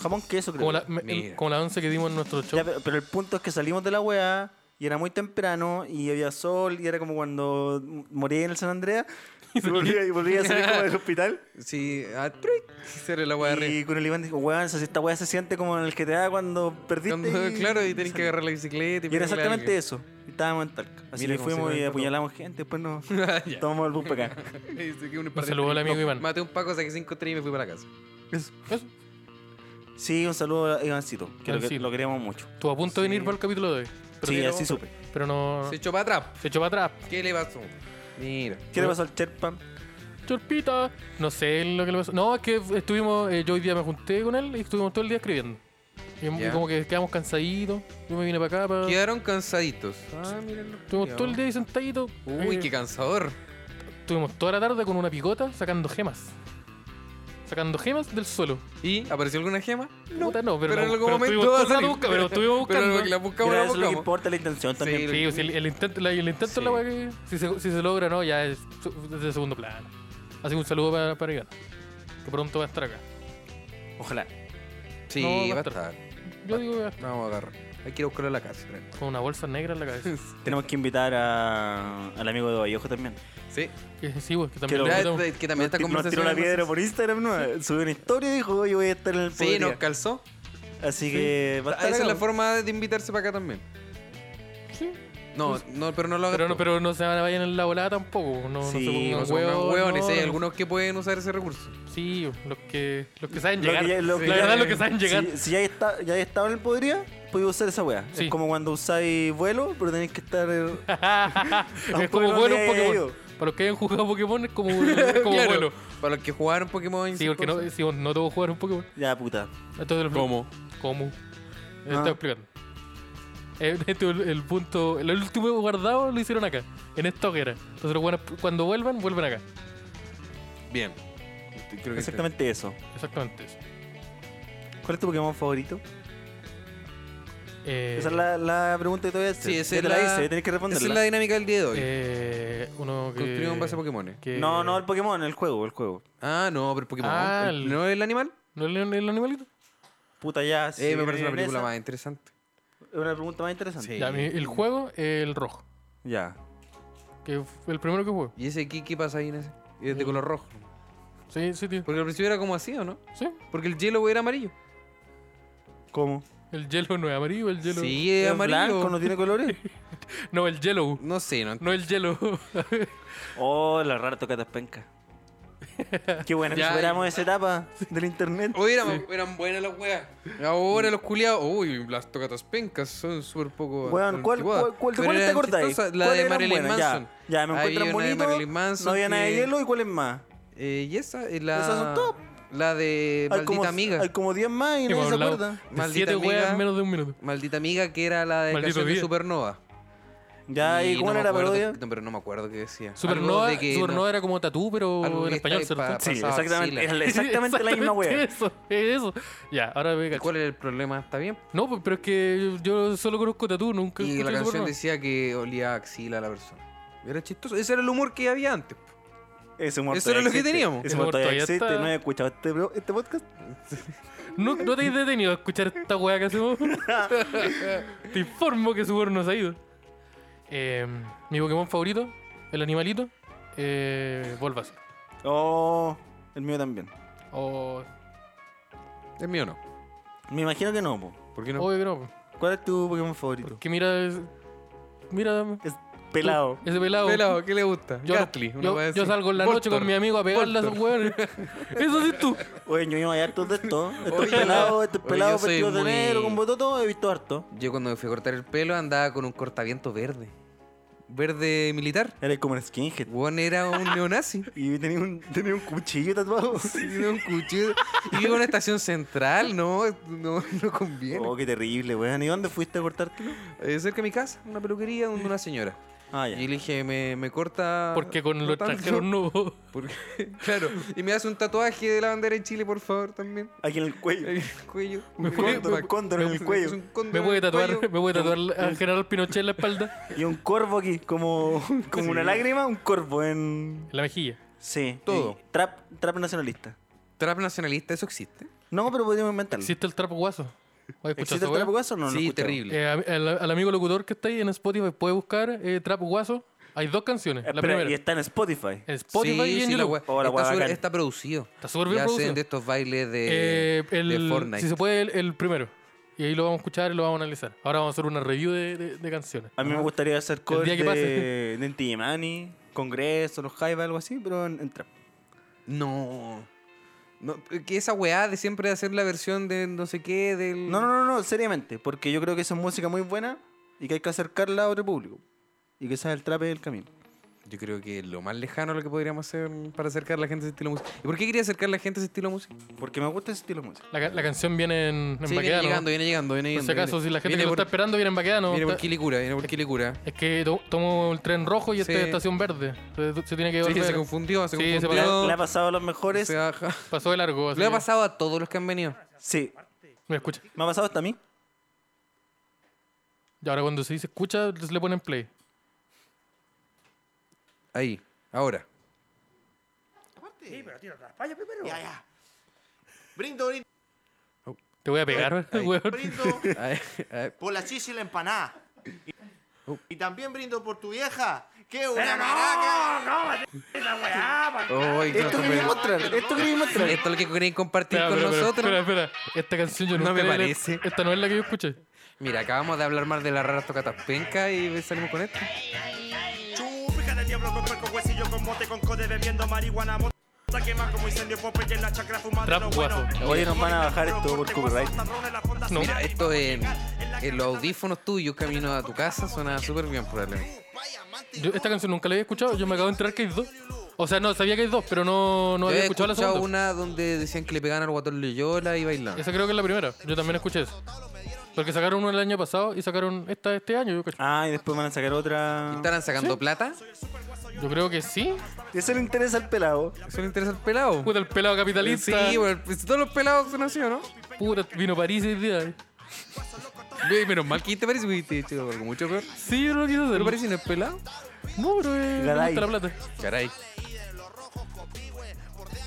jamón, queso, creo.
Como la, me-
Mira.
como la once que dimos en nuestro show.
Ya, pero, pero el punto es que salimos de la weá y era muy temprano y había sol y era como cuando moría en el San Andrea y volvía, y volvía a salir como del hospital.
Sí, ah, truic, y sale la agua de arriba.
Y con el Iván dijo, weón, si esta weá se siente como en el GTA cuando perdiste.
Cuando-
y-
Claro, y tenés que agarrar la bicicleta. Y
Y era
pegarle a
exactamente eso. Y Estábamos en Talca. Así
Mira
que
cómo se
fuimos
ve
y
todo.
apuñalamos gente, después nos
alguien. Ya.
tomamos el bus para acá.
Me dice que un par de
saludo al
tri-
amigo
no,
Iván.
Maté un paco, saqué cinco tri y me fui para la casa.
Eso.
Eso.
Sí, un saludo a Ivancito, que lo, que
Ivancito.
lo queríamos mucho.
Estuvo a punto de venir para el capítulo de hoy. Pero,
sí,
mira,
así supe.
pero no.
Ah.
Se echó para atrás.
Se echó para atrás.
¿Qué le pasó? Mira.
¿Qué le pasó al Cherpa?
Chorpita. No sé lo que le pasó. No, es que estuvimos. eh, yo hoy día me junté con él y estuvimos todo el día escribiendo. Y, y
Ya.
como que quedamos cansaditos. Yo me vine para acá. Para,
Quedaron cansaditos. Ah, mírenlo.
estuvimos todo el día ahí sentaditos.
Uy,
eh,
qué cansador.
Estuvimos toda la tarde con una picota sacando gemas. Sacando gemas del suelo.
¿Y apareció alguna gema?
Puta, no, pero,
pero
la-
en algún momento
estuvimos
va a
todo el rato
salir.
busca- pero estuvimos buscando.
Pero la buscamos,
Mira,
la
eso es lo que
buscamos.
importa la intención también.
Sí, o sea, el, el intento, la- el intento es la
Sí.
weá que si se, si se logra, no, ya es su- de segundo plano. Así que un saludo para, para Iván, que pronto va a estar acá.
Ojalá.
Sí,
No, va
va
a
a estar.
Yo digo, ya,
No, agarra. Hay que ir a buscarlo a la casa. creo.
con una bolsa negra en la cabeza.
Tenemos que invitar a, al amigo de Vallejo también.
Sí.
que, sí, pues, que también
Quiero-
lo
Ya,
invitamos.
eh, que también
Nos
esta
ti- nos tiró
conversación.
la piedra por Instagram, ¿no? Subió una historia y dijo, hoy voy a estar en el
Sí, nos
poder.
calzó. Ah,
Así que va a
Esa
estar
es
acá.
la forma de invitarse para acá también.
Sí.
No, no, Pues pero no lo hagas.
Pero, no,
tú.
pero no se van a vayan en la volada tampoco. No, no
Sí,
No
se
son
pongan
unos
huevos.
hueones,
no,
hay
no.
algunos que pueden usar ese recurso.
Sí, los que, los que saben
Lo que
llegar.
ya- lo que
la
ya-
verdad, los que saben llegar.
Si, si ya está, ya estaba en el podría, podía usar esa weá.
Sí.
Es como cuando usáis vuelo, pero tenéis que estar. eh,
es
tampoco
como
no
vuelo un
te haya
Pokémon.
ido.
Para los que hayan jugado Pokémon es como, es como
Claro,
bueno.
Para los que jugaron Pokémon.
Sí, porque no, sí, no todos jugaron Pokémon.
Ya, puta.
Entonces,
¿Cómo?
¿Cómo? Te
Ah.
Estaba explicando. Eh, Este el, el punto, el último guardado lo hicieron acá, en esta hoguera. Entonces los buenos, cuando vuelvan, vuelven acá.
Bien. Creo que
Exactamente eso.
Exactamente eso.
¿Cuál es tu Pokémon favorito?
Eh,
Esa es la, la pregunta que te voy a hacer.
Sí, esa
Ya
es
te la
la-
hice, tenés que
Esa es
responderla.
la dinámica del día de hoy.
eh, uno que...
Construimos en base a Pokémon.
que-
No, no, el Pokémon, el juego, el juego.
Ah, no, pero Pokémon.
Ah,
¿El-
el-
¿No el animal?
¿No es el, el animalito?
Puta, ya.
Eh, me parece una película
más.
más interesante.
Es una pregunta más interesante.
Sí.
Ya, mi- el juego, eh, el rojo.
Ya.
Que fue el primero que jugué.
¿Y ese aquí qué pasa ahí en ese? Y
Mm.
es de color rojo.
Sí, sí, tío.
Porque al principio era como así, ¿o no?
Sí.
Porque el hielo era amarillo.
¿Cómo?
El yellow no es amarillo, el yellow...
Sí, es amarillo.
blanco, no tiene colores?
No, el yellow.
No sé, no.
No el yellow.
oh, la rara tocata penca. Qué bueno que
Ya,
superamos esa etapa del internet.
Hoy eran, eran buenas las weas. Ahora los culiados. Uy, las tocatas pencas son súper poco.
Weón, ¿cuál,
anticuadas.
cuál, cuál, de
Pero
cuál te
eran
acordáis?
chistosas. La
¿Cuál
de
eran
Marilyn
buenas?
Manson.
Ya, ya me
Había
encuentran
una de
bonito.
Marilyn Manson
no había nada de
que-
hielo y cuál es más.
Eh, y esa es la.
Esas son top.
La de
Hay
Maldita
como,
Amiga.
hay como 10 más y
Hemos
nadie se
hablado
acuerda.
de
Maldita
siete
amiga.
weas en menos de un minuto.
Maldita Amiga, que era la de
Maldito
canción de
día.
Supernova.
Ya, ¿y
no
cuál
me
era la
acuerdo-
parodia?
no, pero no me acuerdo qué decía. Algo
Supernova,
de que
Supernova era como tatú, pero
Algo que
en español
está
se lo
ahí pa-
Sí,
pasaba
exactamente.
axila.
es la- Exactamente la misma
Exactamente
wea.
Eso, es eso. Ya, ahora me
no-
cacho.
¿Cuál era el problema? ¿Está bien?
No, pues, pero es que yo solo conozco tatú, nunca.
Y la
escuché
canción
Supernova.
decía que olía a axila a la persona. Era chistoso. Ese era el humor que había antes. po.
Ese humor
Eso
todavía
era lo que
existe.
teníamos.
Ese humor todavía existe.
está.
¿No has escuchado este, bro- este podcast?
No, no te has detenido a escuchar esta wea que hacemos. te informo que Supernova se ha ido. Eh, mi Pokémon favorito, el animalito, eh, Bulbasaur.
Oh, el mío también.
O.
¿Es mío o no?
Me imagino que no, po.
¿Por qué no?
Obvio que no, pues,
¿Cuál es tu Pokémon favorito?
porque mira. es- Mira.
Es pelado.
Ese pelado.
Pelado, ¿qué le gusta?
Yo,
Gastly, una
yo-
wea
yo
así.
salgo en la noche
Voltor.
con mi amigo a pegarle a esos hueones. Eso sí tú.
Oye, yo no hay hartos de esto. Estos
Oye,
pelados, estos
oye,
pelados
yo soy
vestidos de
muy-
negro con bototo, he visto harto.
Yo cuando me fui a cortar el pelo andaba con un cortaviento verde. Verde militar.
Eres como un skinhead.
Juan era un neonazi.
Y tenía un, tenía un cuchillo tatuado.
Tenía un cuchillo. Y vivo en una estación central, no, no, no conviene.
Oh, qué terrible, weón. ¿Y dónde fuiste a cortártelo?
Eh, cerca de mi casa, una peluquería donde una señora.
Ah,
Y
ya.
le dije, me, me corta.
Porque con
no
los
tanto".
extranjeros no.
Porque- claro. Y me hace un tatuaje de la bandera de Chile, por favor, también.
Aquí en el cuello.
En el cuello.
Un cóndor, pues, un cóndor en el
Es
cuello.
un cóndor
Me
en
puede
el
tatuar,
cuello.
me puede tatuar a General Pinochet en la espalda,
Y un corvo aquí, como, como una lágrima, un corvo en.
en la mejilla.
Sí.
Todo.
Y Trap, trap nacionalista.
Trap nacionalista, ¿eso existe?
No, pero podríamos inventarlo.
Existe el trapo guaso. ¿Has escuchado
¿Existe
esa
el
wea?
trapo guaso o no? No lo he
sí,
escuchado.
terrible.
Eh, a- al, al amigo locutor que está ahí en Spotify puede buscar eh, Trap Guaso. Hay dos canciones.
Espera,
la primera.
Eh, y está en Spotify.
En Spotify y
sí,
en
sí, la
YouTube.
wea-
Oh, la wea
está, súper-
bacán.
está producido.
Está súper bien
Y
producido.
hacen de estos bailes de,
Eh, el-
de Fortnite.
Si se puede, el, el primero. Y ahí lo vamos a escuchar y lo vamos a analizar. Ahora vamos a hacer una review de, de- de canciones.
A mí me gustaría hacer
día
covers
que pase.
de, de Inti Illimani, Congreso, los Jaiba, algo así, pero en, en trap.
No. No, que esa weá de siempre hacer la versión de no sé qué, del.
No, no, no, no, seriamente, porque yo creo que esa es música muy buena y que hay que acercarla a otro público. Y quizás el trap es el camino.
Yo creo que lo más lejano a lo que podríamos hacer para acercar a la gente a ese estilo de música. ¿Y por qué quería acercar a la gente a ese estilo de música?
Porque me gusta ese estilo de música.
La, ca- la canción viene en, en
Sí, viene
Baquedano, ¿no?
llegando, viene llegando, viene
Por
llegando.
si acaso, si
viene-
la gente
viene
que lo
por,
está esperando viene en Baquedano.
Viene por
está-
Quilicura, viene por Quilicura.
Es que to- tomo el tren rojo y esta
Sí.
es estación verde. Se, se tiene que
Sí,
volver.
se confundió, se
Sí, se
confundió.
paró.
Le, le ha pasado a los mejores.
se baja.
Pasó de largo. así
Lo ha
que-
pasado a todos los que han venido.
Sí,
Me escucha.
me ha pasado hasta a mí.
Y ahora cuando se dice escucha, les- le ponen play.
Ahí, ahora.
Sí, pero tira las fallas primero. Ya, ya. Brindo, brindo,
Te voy a pegar,
Ay, ay.
weón.
brindo
Ay, ay,
por la chicha y la empanada. Y,
Oh.
y también brindo por tu vieja. ¡Qué una maraca!
ay,
Esto
no,
quería
pero-
mostrar, esto quería mostrar.
Esto es lo que queréis compartir
Espera,
con
espera, espera,
nosotros.
espera, espera. Esta canción yo
No
nunca
me
la-
parece.
Esta no es la que yo escuché.
Mira, acabamos de hablar más de la rara tocatapenca y salimos con esto.
Chupica de diablo con puerco, huesillo, con mote, con code, bebiendo marihuana, mota quema como incendio, popeye en la chacra, fumando
Trap
lo bueno.
guaso.
Oye, nos van a bajar esto por copyright.
No.
Mira, esto en, en los audífonos tuyos camino a tu casa suena súper bien probablemente.
yo esta canción nunca la había escuchado. Yo me acabo de enterar que hay dos. O sea, no, sabía que hay dos, pero no, no había
Yo había
escuchado la
escuchado
segunda.
una donde decían que le pegaban al guatón Loyola y bailaban.
Esa creo que es la primera. Yo también escuché eso. Porque sacaron uno el año pasado y sacaron esta este año. Yo, cacho.
Ah, y después van a sacar
¿Y
otra.
¿Estarán sacando plata?
Yo creo que sí.
Eso le interesa al pelado.
¿Eso le interesa al pelado?
Puta, el pelado capitalista.
Sí, bueno, pues todos los pelados son así, ¿o ¿no?
Puta, vino París ese día.
Ve, Menos mal que te parece, güey, te he hecho algo mucho peor.
Sí, yo no lo quise hacer.
¿Pero parece no es pelado?
No, pero eh, me
Garay.
gusta la plata.
Caray.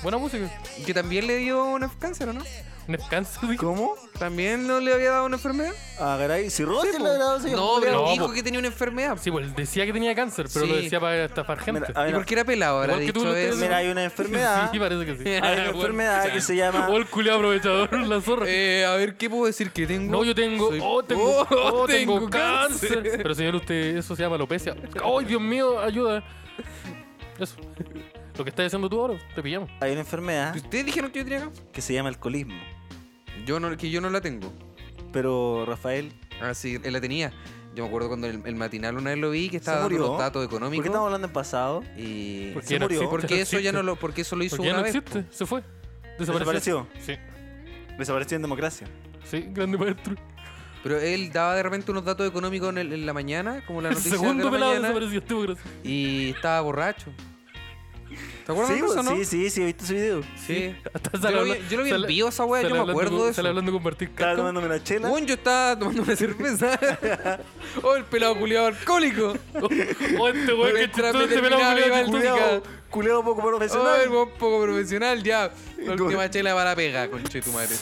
Buena música.
Que también le dio un cáncer, ¿o no?
Nefcanso, dijo.
¿Cómo?
¿También no le había dado una enfermedad?
Ah, caray. Si Rodri le ha dado ese
pues. No, pero
no,
dijo
po.
que tenía una enfermedad.
Sí, pues él decía que tenía cáncer, pero
Sí.
lo decía para estafar gente.
Mira, a
¿Y
ver,
por qué era pelado? Habrá
Igual que tú,
dicho
no te-
eso.
mira, hay una enfermedad.
Sí, parece que sí.
Hay una
Bueno.
enfermedad que se llama.
O el culiao aprovechador, la zorra.
Eh, a ver, ¿qué puedo decir que tengo?
no, yo tengo.
Soy-
Oh, tengo,
Oh,
oh, tengo
tengo
cáncer.
cáncer.
Pero señor, usted, eso se llama alopecia. ¡Ay, Dios mío, ayuda! Eso. Lo que estás diciendo tú ahora, te pillamos.
Hay una
Ah.
enfermedad
¿Ustedes dijeron que yo tenía cáncer?
que se llama alcoholismo.
Yo no, que yo no la tengo.
Pero Rafael.
Ah, sí, él la tenía. Yo me acuerdo cuando el, el matinal una vez lo vi que
¿Se
estaba dando
murió?
los datos
¿Por qué estamos
económicos.
hablando en pasado?
Y
Porque
se
no
murió.
existe,
porque
no
eso ya
existe.
no lo, porque eso lo hizo
Porque ya
una
no
vez.
existe, se fue.
Desapareció.
Sí,
Desapareció en democracia.
sí, grande maestro.
Pero él daba de repente unos datos económicos en, el- en la mañana, como la
El
noticia
segundo
de la
pelado
mañana,
desapareció, este desgraciado.
y estaba borracho. ¿Te acuerdas
Sí,
de eso,
pues,
no?
sí, sí, sí, he visto ese video.
Sí.
Hasta
Yo
sale
lo vi,
habla-
yo lo vi en
sale-
vivo esa weá,
sale
yo me
hablando
acuerdo
con-
de eso.
Sale hablando con Martín
Estaba
Casco.
tomándome una chela.
Bueno, yo estaba tomando una cerveza. oh, el pelado culiado alcohólico.
Oh, este weón que
Mientras
chistoso,
me
este pelado
terminaba
culiao
mi
chistoso.
Culeado.
Culeado, culeado poco
oh, el
profesional.
weón poco profesional, ya. La última chela para la pega, conche tu madre.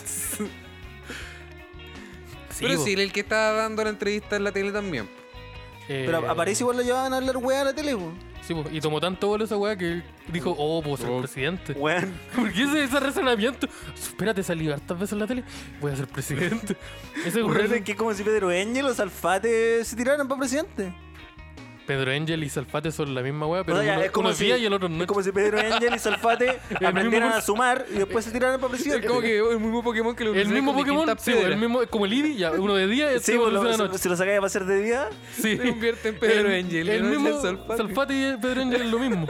Pero
po.
sí, el que estaba dando la entrevista en la tele también.
Eh,
Pero aparece igual lo llevaban a hablar weá a la tele, weón.
Sí, po, y tomó tanto bolo esa weá que dijo, oh, puedo ser
Oh.
presidente.
Weón.
¿Por qué ese, ese razonamiento? Espérate, salí hartas veces en la tele, voy a ser presidente. Ese
Weón,
weón,
es que es como si Pedro Engel o Salfate se tiraran para presidente.
Pedro Engel y Salfate son la misma weá,
O
pero
sea, ya,
uno,
es como
uno es
si,
día y el otro no.
es como si Pedro Engel y Salfate aprendieran a sumar y después se tiraran para
Es
presidente.
como que el mismo Pokémon que lo
El
utilizan
mismo
con
Pokémon,
distintas
sí, po, el
piedras.
mismo, como el Eevee, ya, uno de día y
Sí,
este weón
pues, lo-
de
si-
noche.
si lo sacáis a pasar de día,
Sí.
Se convierte en Pedro
El-
Engel,
El
¿no?
mismo
Es Salfate.
Salfate. y Pedro Engel es lo mismo.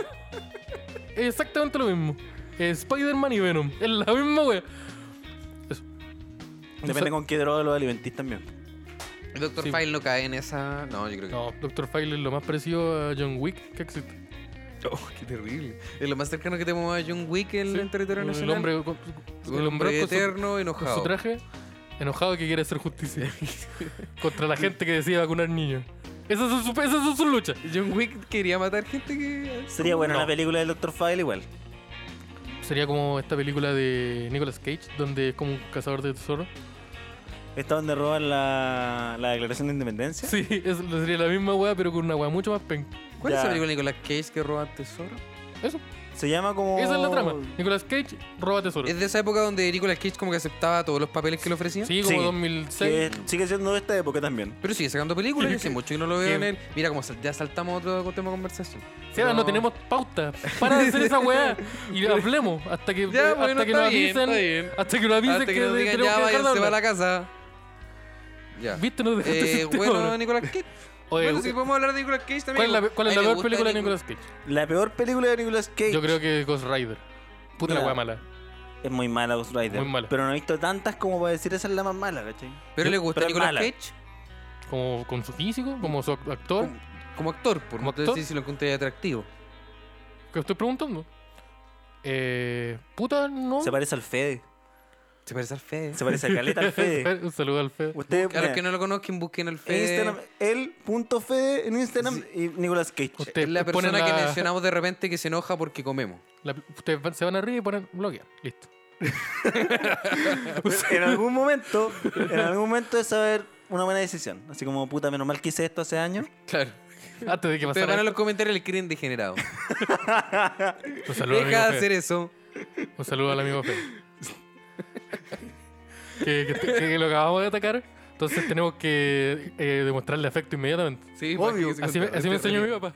Es Exactamente lo mismo. Es Spider-Man y Venom. Es la misma wea.
depende con qué droga lo alimentís también.
El Doctor
Sí.
File no cae en esa. No, yo creo que.
No, Doctor File es lo más parecido a John Wick que existe.
Oh, qué terrible. Es lo más cercano que tenemos a John Wick en
Sí,
el territorio nacional.
El hombre, con-
Un
el hombre
hombre
con su-
eterno
con
enojado.
su traje, enojado que quiere hacer justicia contra la gente que decide vacunar niños. Esas son, su- esas son sus luchas.
John Wick quería matar gente que.
Sería buena la película del Dr. File igual.
Sería como esta película de Nicolas Cage, donde es como un cazador de tesoros.
Esta donde roban la, la declaración de independencia.
Sí, es- sería la misma wea, pero con una wea mucho más penca.
¿Cuál es
Ya.
la película de Nicolas Cage que roba tesoro?
Eso.
Se llama como.
Esa es la trama. Nicolas Cage roba tesoros.
Oh. Es de esa época donde Nicolas Cage como que aceptaba todos los papeles que le ofrecían.
Sí,
Sí.
como 2006.
Que sigue siendo de esta época también.
Pero sigue sacando películas. Yo sé mucho que no lo veo
Que-
en él. Mira, como sal- ya saltamos a otro tema de conversación.
Si ahora
Pero-
no tenemos pauta para de hacer esa weá y hablemos hasta que,
Ya, bueno,
hasta que
está
nos
bien,
avisen.
está bien.
Hasta que nos avisen
Hasta que,
que,
nos digan,
tenemos
ya
que dejar de
váyanse para
hablar.
la casa. Ya.
Viste, nos dejaste
Eh,
sin tema,
bueno,
bro.
Nicolas Cage.
Oye,
bueno, si podemos hablar de Nicolas Cage también.
¿Cuál es la, cuál es la
A mí me
peor
gusta
película de
Nic-
Nicolas Cage?
La peor película de Nicolas Cage.
Yo creo que Ghost Rider. Puta la
Mira.
weá mala.
Es muy mala Ghost Rider.
Muy mala.
Pero no he visto tantas como para decir esa es la más mala, ¿cachai?
Pero le gusta
Pero es
Nicolas
mala.
Cage
Como con su físico, como su ac- actor.
como actor, por
Como
no
actor.
decir si lo encontré atractivo.
Que estoy preguntando. Eh, puta, no.
Se parece al Fede.
Se parece al Fede.
Se parece a Caleta al Fede.
Un saludo al Fede.
Usted,
A los
mira,
que no lo conozcan, busquen al
en
Fede.
Instagram, el punto Fede en Instagram y Nicolas Cage.
Usted
Es la
pone
persona que
la-
mencionamos de repente que se enoja porque comemos.
la- ustedes van- se van arriba y ponen bloquear. Listo.
en algún momento, en algún momento es saber una buena decisión. Así como, puta, menos mal que hice esto hace años.
Claro.
Antes de que pasara.
Ustedes van a
esto,
los comentarios y le creen degenerado.
Un saludo al amigo
Deja de
Fede.
hacer eso.
Un saludo al amigo Fede. que, que- que- que lo acabamos de atacar. Entonces tenemos que eh, demostrarle afecto inmediatamente.
Sí,
Obvio.
para que
Así
se
me, así me
contagie.
enseñó mi papá.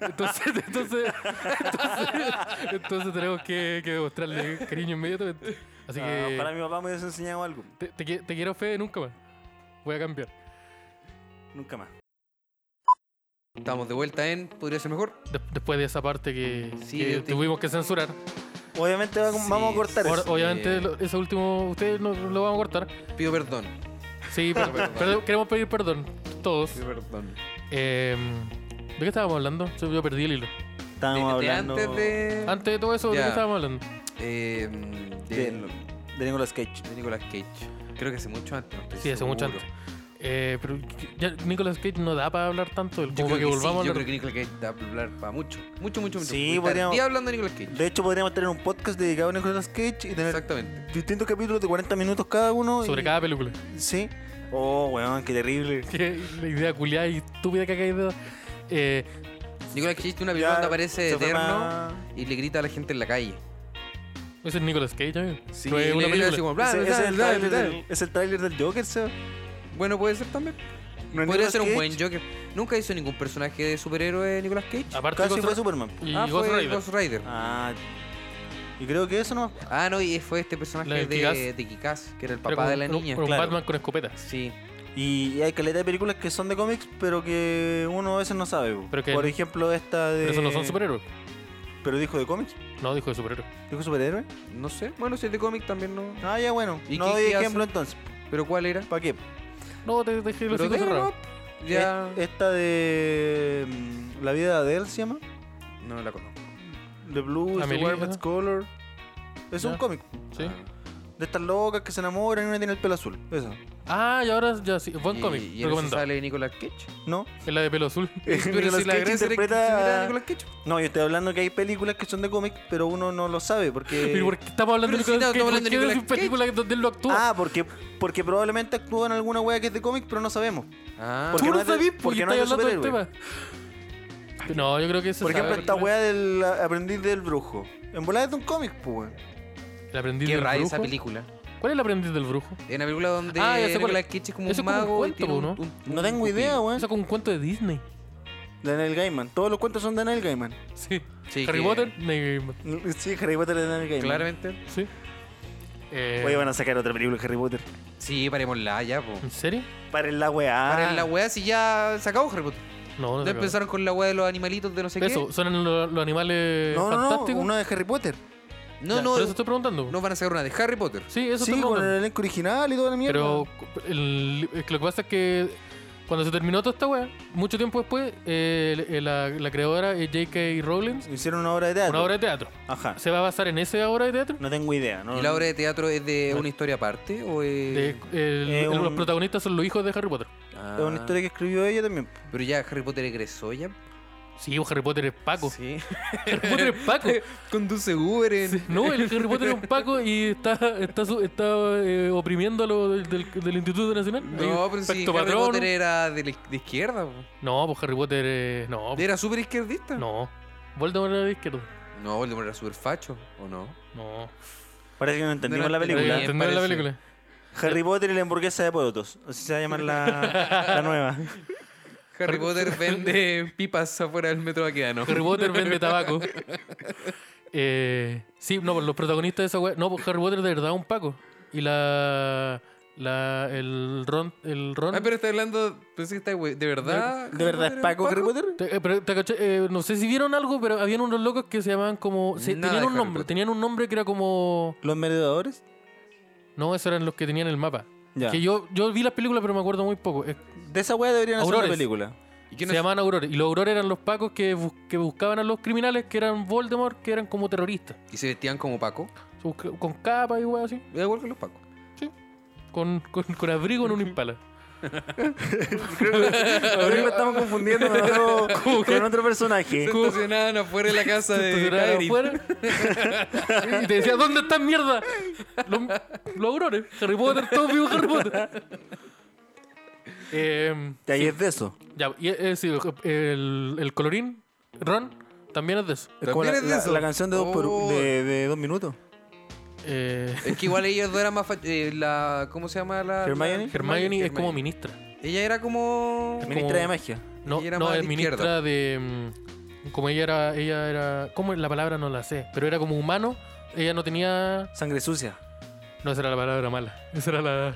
Entonces, entonces, entonces, entonces tenemos que, que demostrarle cariño inmediatamente. Así que
Ah, para mi papá me hubiese enseñado algo.
te, te qui- te quiero, Fede, nunca más. Voy a cambiar.
Nunca más.
Estamos de vuelta en Podría ser mejor.
De- después de esa parte que,
Sí,
que
yo te-
tuvimos que censurar.
Obviamente va-
Sí.
vamos a cortar
Ahora,
eso.
obviamente, lo- ese último, ustedes no lo van a cortar.
Pido perdón.
Sí, pero, pero queremos pedir perdón, todos.
Pido perdón.
Eh, ¿De qué estábamos hablando? Yo yo perdí el hilo.
Estábamos
De- de
hablando
antes de.
Antes de todo eso, ¿de
Ya.
qué estábamos hablando?
eh,
de,
de,
de Nicolas Cage.
de Nicolas Cage. Creo que hace mucho antes. no estoy
Sí, hace mucho
seguro.
antes. Eh, pero ya Nicolas Cage no da para hablar tanto,
Yo
como
creo
para
que,
que
sí,
volvamos
yo
a
creo
hablar.
que Nicolas Cage da para hablar para mucho. Mucho, mucho, mucho.
Sí,
Puedo estar
podríamos-
día hablando de Nicolas Cage.
De hecho, podríamos tener un podcast dedicado a Nicolas Cage y tener
Exactamente.
distintos capítulos de 40 minutos cada uno. y-
Sobre cada película.
Sí. Oh, weón, qué terrible.
Que la idea culiada y estúpida que ha caído. Eh,
Nicolas Cage tiene una película
Ya
donde aparece
se fue
eterno
más-
y le grita a la gente en la calle.
ese es Nicolas Cage, amigo.
Sí,
No es
le
una
grita
película.
así como, bla,
Ese-
bla,
ese es el
bla, bla,
tráiler
bla.
del- Es el tráiler del Joker, Seba.
Bueno, puede ser también.
No es
Podría
Nicolas
ser un
Cage.
buen Joker. Nunca hizo ningún personaje de superhéroe Nicolas Cage.
Aparte de
Casi fue
Ghost-
Superman.
y
ah,
Ghost
fue
Rider.
Ghost Rider. Ah.
Ah. Y creo que eso no.
no, y fue este
La
personaje
de
de,
Kick-Ass.
de Kikaz, que era el
Era
papá
como
de la
un-
niña.
era un
claro.
Batman con escopeta.
Sí.
Y y hay caleta de películas que son de cómics, pero que uno a veces no sabe. po.
Pero que-
Por ejemplo, esta de.
Pero eso no son superhéroes.
Pero dijo de cómics.
No, dijo de superhéroes.
Dijo superhéroe.
No sé. Bueno, si es de cómic también no.
Ah, ya bueno.
¿Y
no
qué-
doy
qué
ejemplo entonces.
¿Pero cuál era?
¿Para qué?
No, te dejé los
Pero
hijos
de-
cerrados.
no,
Eh,
Ya.
E- Esta de. mm, La vida de Adele se llama.
No la conozco.
The Blues, The
Amelie,
Warmest
¿no?
Color. Es
Ya.
un cómic.
Sí.
Ah.
De estas locas que se enamoran y una tiene el pelo azul. Eso.
Ah, y ahora ya sí. Buen
Y-
cómic.
¿Y en eso
Recomendado.
sale Eh, Nicolas Cage?
¿no.
Es la de pelo azul.
Pero si
Nicolas
la
Cage
gracia era que
interpreta-
se viera a Nicolas Cage.
No, yo estoy hablando que hay películas que son de cómics, pero uno no lo sabe porque.
¿Pero por qué estamos hablando
Pero
de
si no,
Nicolas Cage?
estamos
¿Por
hablando de
qué de
Nicolas
su película donde él lo actúa?
Ah, porque porque probablemente actúa en alguna wea que es de cómics, pero no sabemos.
Ah.
¿Por
Tú
qué? porque
no
no es de-
sabías
porque
porque
no es
estás
de
hablando del tema. No, yo creo que eso
Por ejemplo, esta wea del aprendiz del brujo. En volada es de un cómic, pues. weón.
El aprendiz
Qué
del
rara
brujo.
esa película.
¿cuál es el aprendiz del brujo?
Es una película donde
Ah, ya sé cuál
Nicolas
es.
Cage es como
Eso
un
es como un
mago. y
cuento,
tiene un-
¿no?
un-
No
un
tengo
cupido.
idea,
O
weón.
sea, con un cuento de Disney.
Daniel Gaiman. Todos los cuentos son de Daniel Gaiman.
Sí.
Sí,
Harry
que-
Potter, Neil Gaiman.
Sí, Harry Potter es de Daniel Gaiman.
Claramente.
Sí. Eh,
Oye, van a sacar otra película de Harry Potter.
Sí, parémosla ya, po.
¿En serio?
Paren la weá.
Paren la weá si ya se acabó Harry Potter.
No, no.
Ya
se acabó.
empezaron con la weá de los animalitos de no sé
Eso, son lo- los animales
No, no, no.
fantásticos.
Una de Harry Potter.
qué. No,
Ya,
no,
Por eso estoy preguntando.
no van a sacar una de Harry Potter.
Sí, eso estoy
Sí, con el
preguntando.
elenco original y toda la mierda.
Pero cu- el- es que lo que pasa es que cuando se terminó toda esta wea, mucho tiempo después, eh, el- el- la, la creadora es J.K. Rowling,
Hicieron una obra de teatro.
una obra de teatro.
Ajá.
¿Se va a basar en esa obra de teatro?
No tengo idea. No,
¿Y la obra de teatro es de una historia aparte? ¿O es.?
De- el-
eh,
el-
un-
Los protagonistas son los hijos de Harry Potter.
Ah,
Es una historia que escribió ella también.
Pero ya Harry Potter egresó ya.
Sí, o Harry Potter es Paco.
Sí.
Harry Potter es Paco.
Conduce Uber en.
No, el Harry Potter es un Paco y está, está, su- está eh, oprimiendo a los del, del- del Instituto Nacional.
No, pero sí,
Pacto
Harry
Patrono.
Potter era de, la- de izquierda. po.
No, pues Harry Potter eh, no.
¿Era súper izquierdista?
No. Voldemort era de izquierda.
No, Voldemort era súper facho, ¿o no?
No.
Parece que no entendimos la
Pero
Pero
película.
bien,
entender la
pues, parece.
película.
Harry Potter y la hamburguesa de porotos. Así se va a llamar la, la nueva.
Harry Potter vende pipas afuera del metro vaquedano.
Harry Potter vende tabaco. Eh, sí, no, pues los protagonistas de esa wea. No, pues Harry Potter de verdad es un Paco. Y la. la el Ron. El Ron.
Ah, pero está hablando. Pensé que está, güey. ¿De verdad?
¿De verdad es Paco Harry Potter?
Te- eh, pero, te caché, eh, no sé si vieron algo, pero habían unos locos que se llamaban como. se-
Nada
tenían un
de Harry
nombre.
Potter.
Tenían un nombre que era como.
¿Los merodeadores?
No, esos eran los que tenían el mapa.
Ya.
Que yo, yo vi las películas, pero me acuerdo muy poco. Eh,
De esa wea deberían hacer
Aurores.
una película.
¿Y
Se
quién es?
llamaban aurores. Y los aurores eran los pacos que, bus- que buscaban a los criminales que eran Voldemort, que eran como terroristas.
¿Y se vestían como Paco?
Se busca- Con capa y weas así.
Da igual que los Pacos.
Con, con, con abrigo en un impala.
Ahorita estamos confundiendo con otro, con otro personaje.
Se estacionaban afuera de la casa de
Eh, Estacionaban
Hagrid.
afuera. y te decía, ¿dónde están mierda? Los, los aurores. Harry Potter, todos vivos Harry Potter. Eh,
Y ahí es de eso.
ya, y eh, sí, el, el colorín, Ron, también es de eso.
Es como la,
También es de
la-
eso.
la canción de dos, por-
Oh.
de, de dos minutos.
Eh,
Es que igual ellos dos eran más... fach- eh, la, ¿Cómo se llama la...?
Hermione.
la-
Hermione, es como
Hermione.
ministra.
Ella era como...
Ministra de magia.
No,
Ella era
no
más
es
de
ministra de. mm, Como ella era. Ella era. ¿Cómo es la palabra? No la sé. Pero era como humano. Ella no tenía.
Sangre sucia.
No, esa era la palabra mala. Esa era la.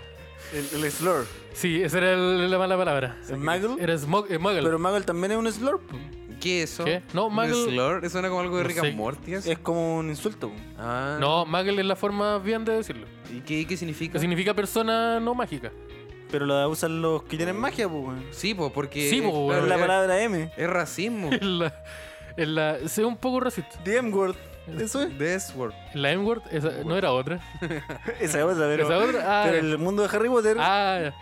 El, el slur.
Sí, esa era el- la mala palabra.
¿El muggle?
Era smog, eh, muggle.
Pero muggle también es un slur. po.
¿Qué es eso?
¿Qué? No,
¿Un
Muggle-
slur? Suena como algo de
No
Rick
sé.
and Morty. así.
Es como un insulto. po.
Ah.
No, muggle es la forma bien de decirlo.
¿Y qué, qué
Que
significa?
significa persona no mágica.
Pero la usan los que tienen magia, po, weón.
Sí, pues porque.
Sí, po,
Pero
claro,
weón.
la
es-
palabra M.
Es racismo.
Es la, es la, es un poco racista.
The M-word. Eso es.
The S-word.
La M-word esa- no era otra.
Esa es otra, pero.
Esa otra, ah,
pero
ya.
el mundo de Harry Potter.
Ah, ya.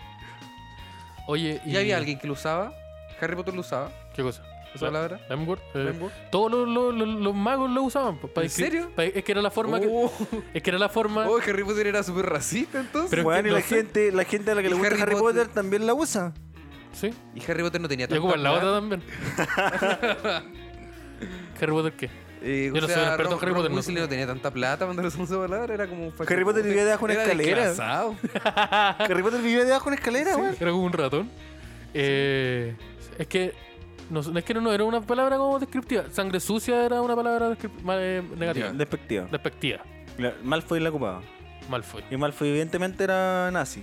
Oye,
¿Y había alguien que lo usaba? ¿Harry Potter lo usaba?
¿Qué cosa?
¿Esa palabra?
¿La M-word? eh,
¿La M-word?
todos los, los- los- los magos lo usaban. pa- para
¿En
descri-
serio?
para- es que era la forma. que-
Oh,
es que era la forma.
oh, Harry Potter era súper racista entonces.
Pero- es
Weón,
que
y
no
la
sé.
gente, la gente a la que
Y
le gusta
Harry
Harry,
Potter.
Potter. también la usa.
Sí.
Y Harry Potter no tenía
Y
tanta
ocupan la
plata.
otra también. ¿Harry Potter qué? Yo
Eh,
no
o
soy
sea,
un experto en
Ron-
Harry
Ron
Potter, no
Weasley
sé.
no tenía tanta plata cuando le usó esa palabra. Era como un facho-
Harry Potter vivía debajo de una
era
escalera.
desclasado.
Harry Potter vivía debajo de una escalera, weón.
Era como un ratón. Eh, es que. No, sé, es que no, no, era una palabra como descriptiva. Sangre sucia era una palabra descrip- ma- eh, negativa.
Ya.
Despectivo.
Despectiva.
La- Malfoy la ocupaba.
Mal fue.
Y Malfoy evidentemente era nazi.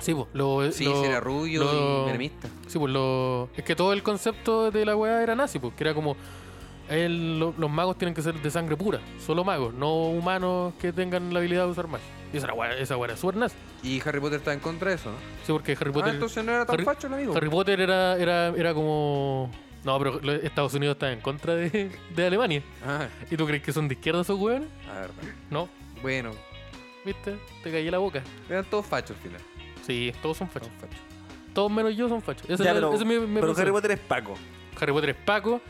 Sí, pues. Lo,
Sí,
lo-
sí, era rubio
lo-
y menemista.
Sí, pues lo. Es que todo el concepto de la weá era nazi, pues, que era como. el- lo- los magos tienen que ser de sangre pura, solo magos, no humanos que tengan la habilidad de usar magia. Y esa weá, esa weá era súper nazi.
Y Harry Potter estaba en contra de eso, ¿no?
Sí, porque Harry
Ah,
Potter.
entonces no era tan
Harry-
facho el amigo.
Harry Potter era, era, era como. No, pero lo- Estados Unidos está en contra de, de Alemania.
Ah,
¿Y tú crees que son de izquierda esos weones?
a ver.
No,
Bueno,
viste, te callé la boca.
eran todos fachos al final.
Sí, todos son fachos.
Todos fachos.
Todos menos yo son fachos. Ese
Ya,
es-
pero,
ese es mi- mi
pero
pensamiento.
Harry Potter es Paco.
Harry Potter es Paco,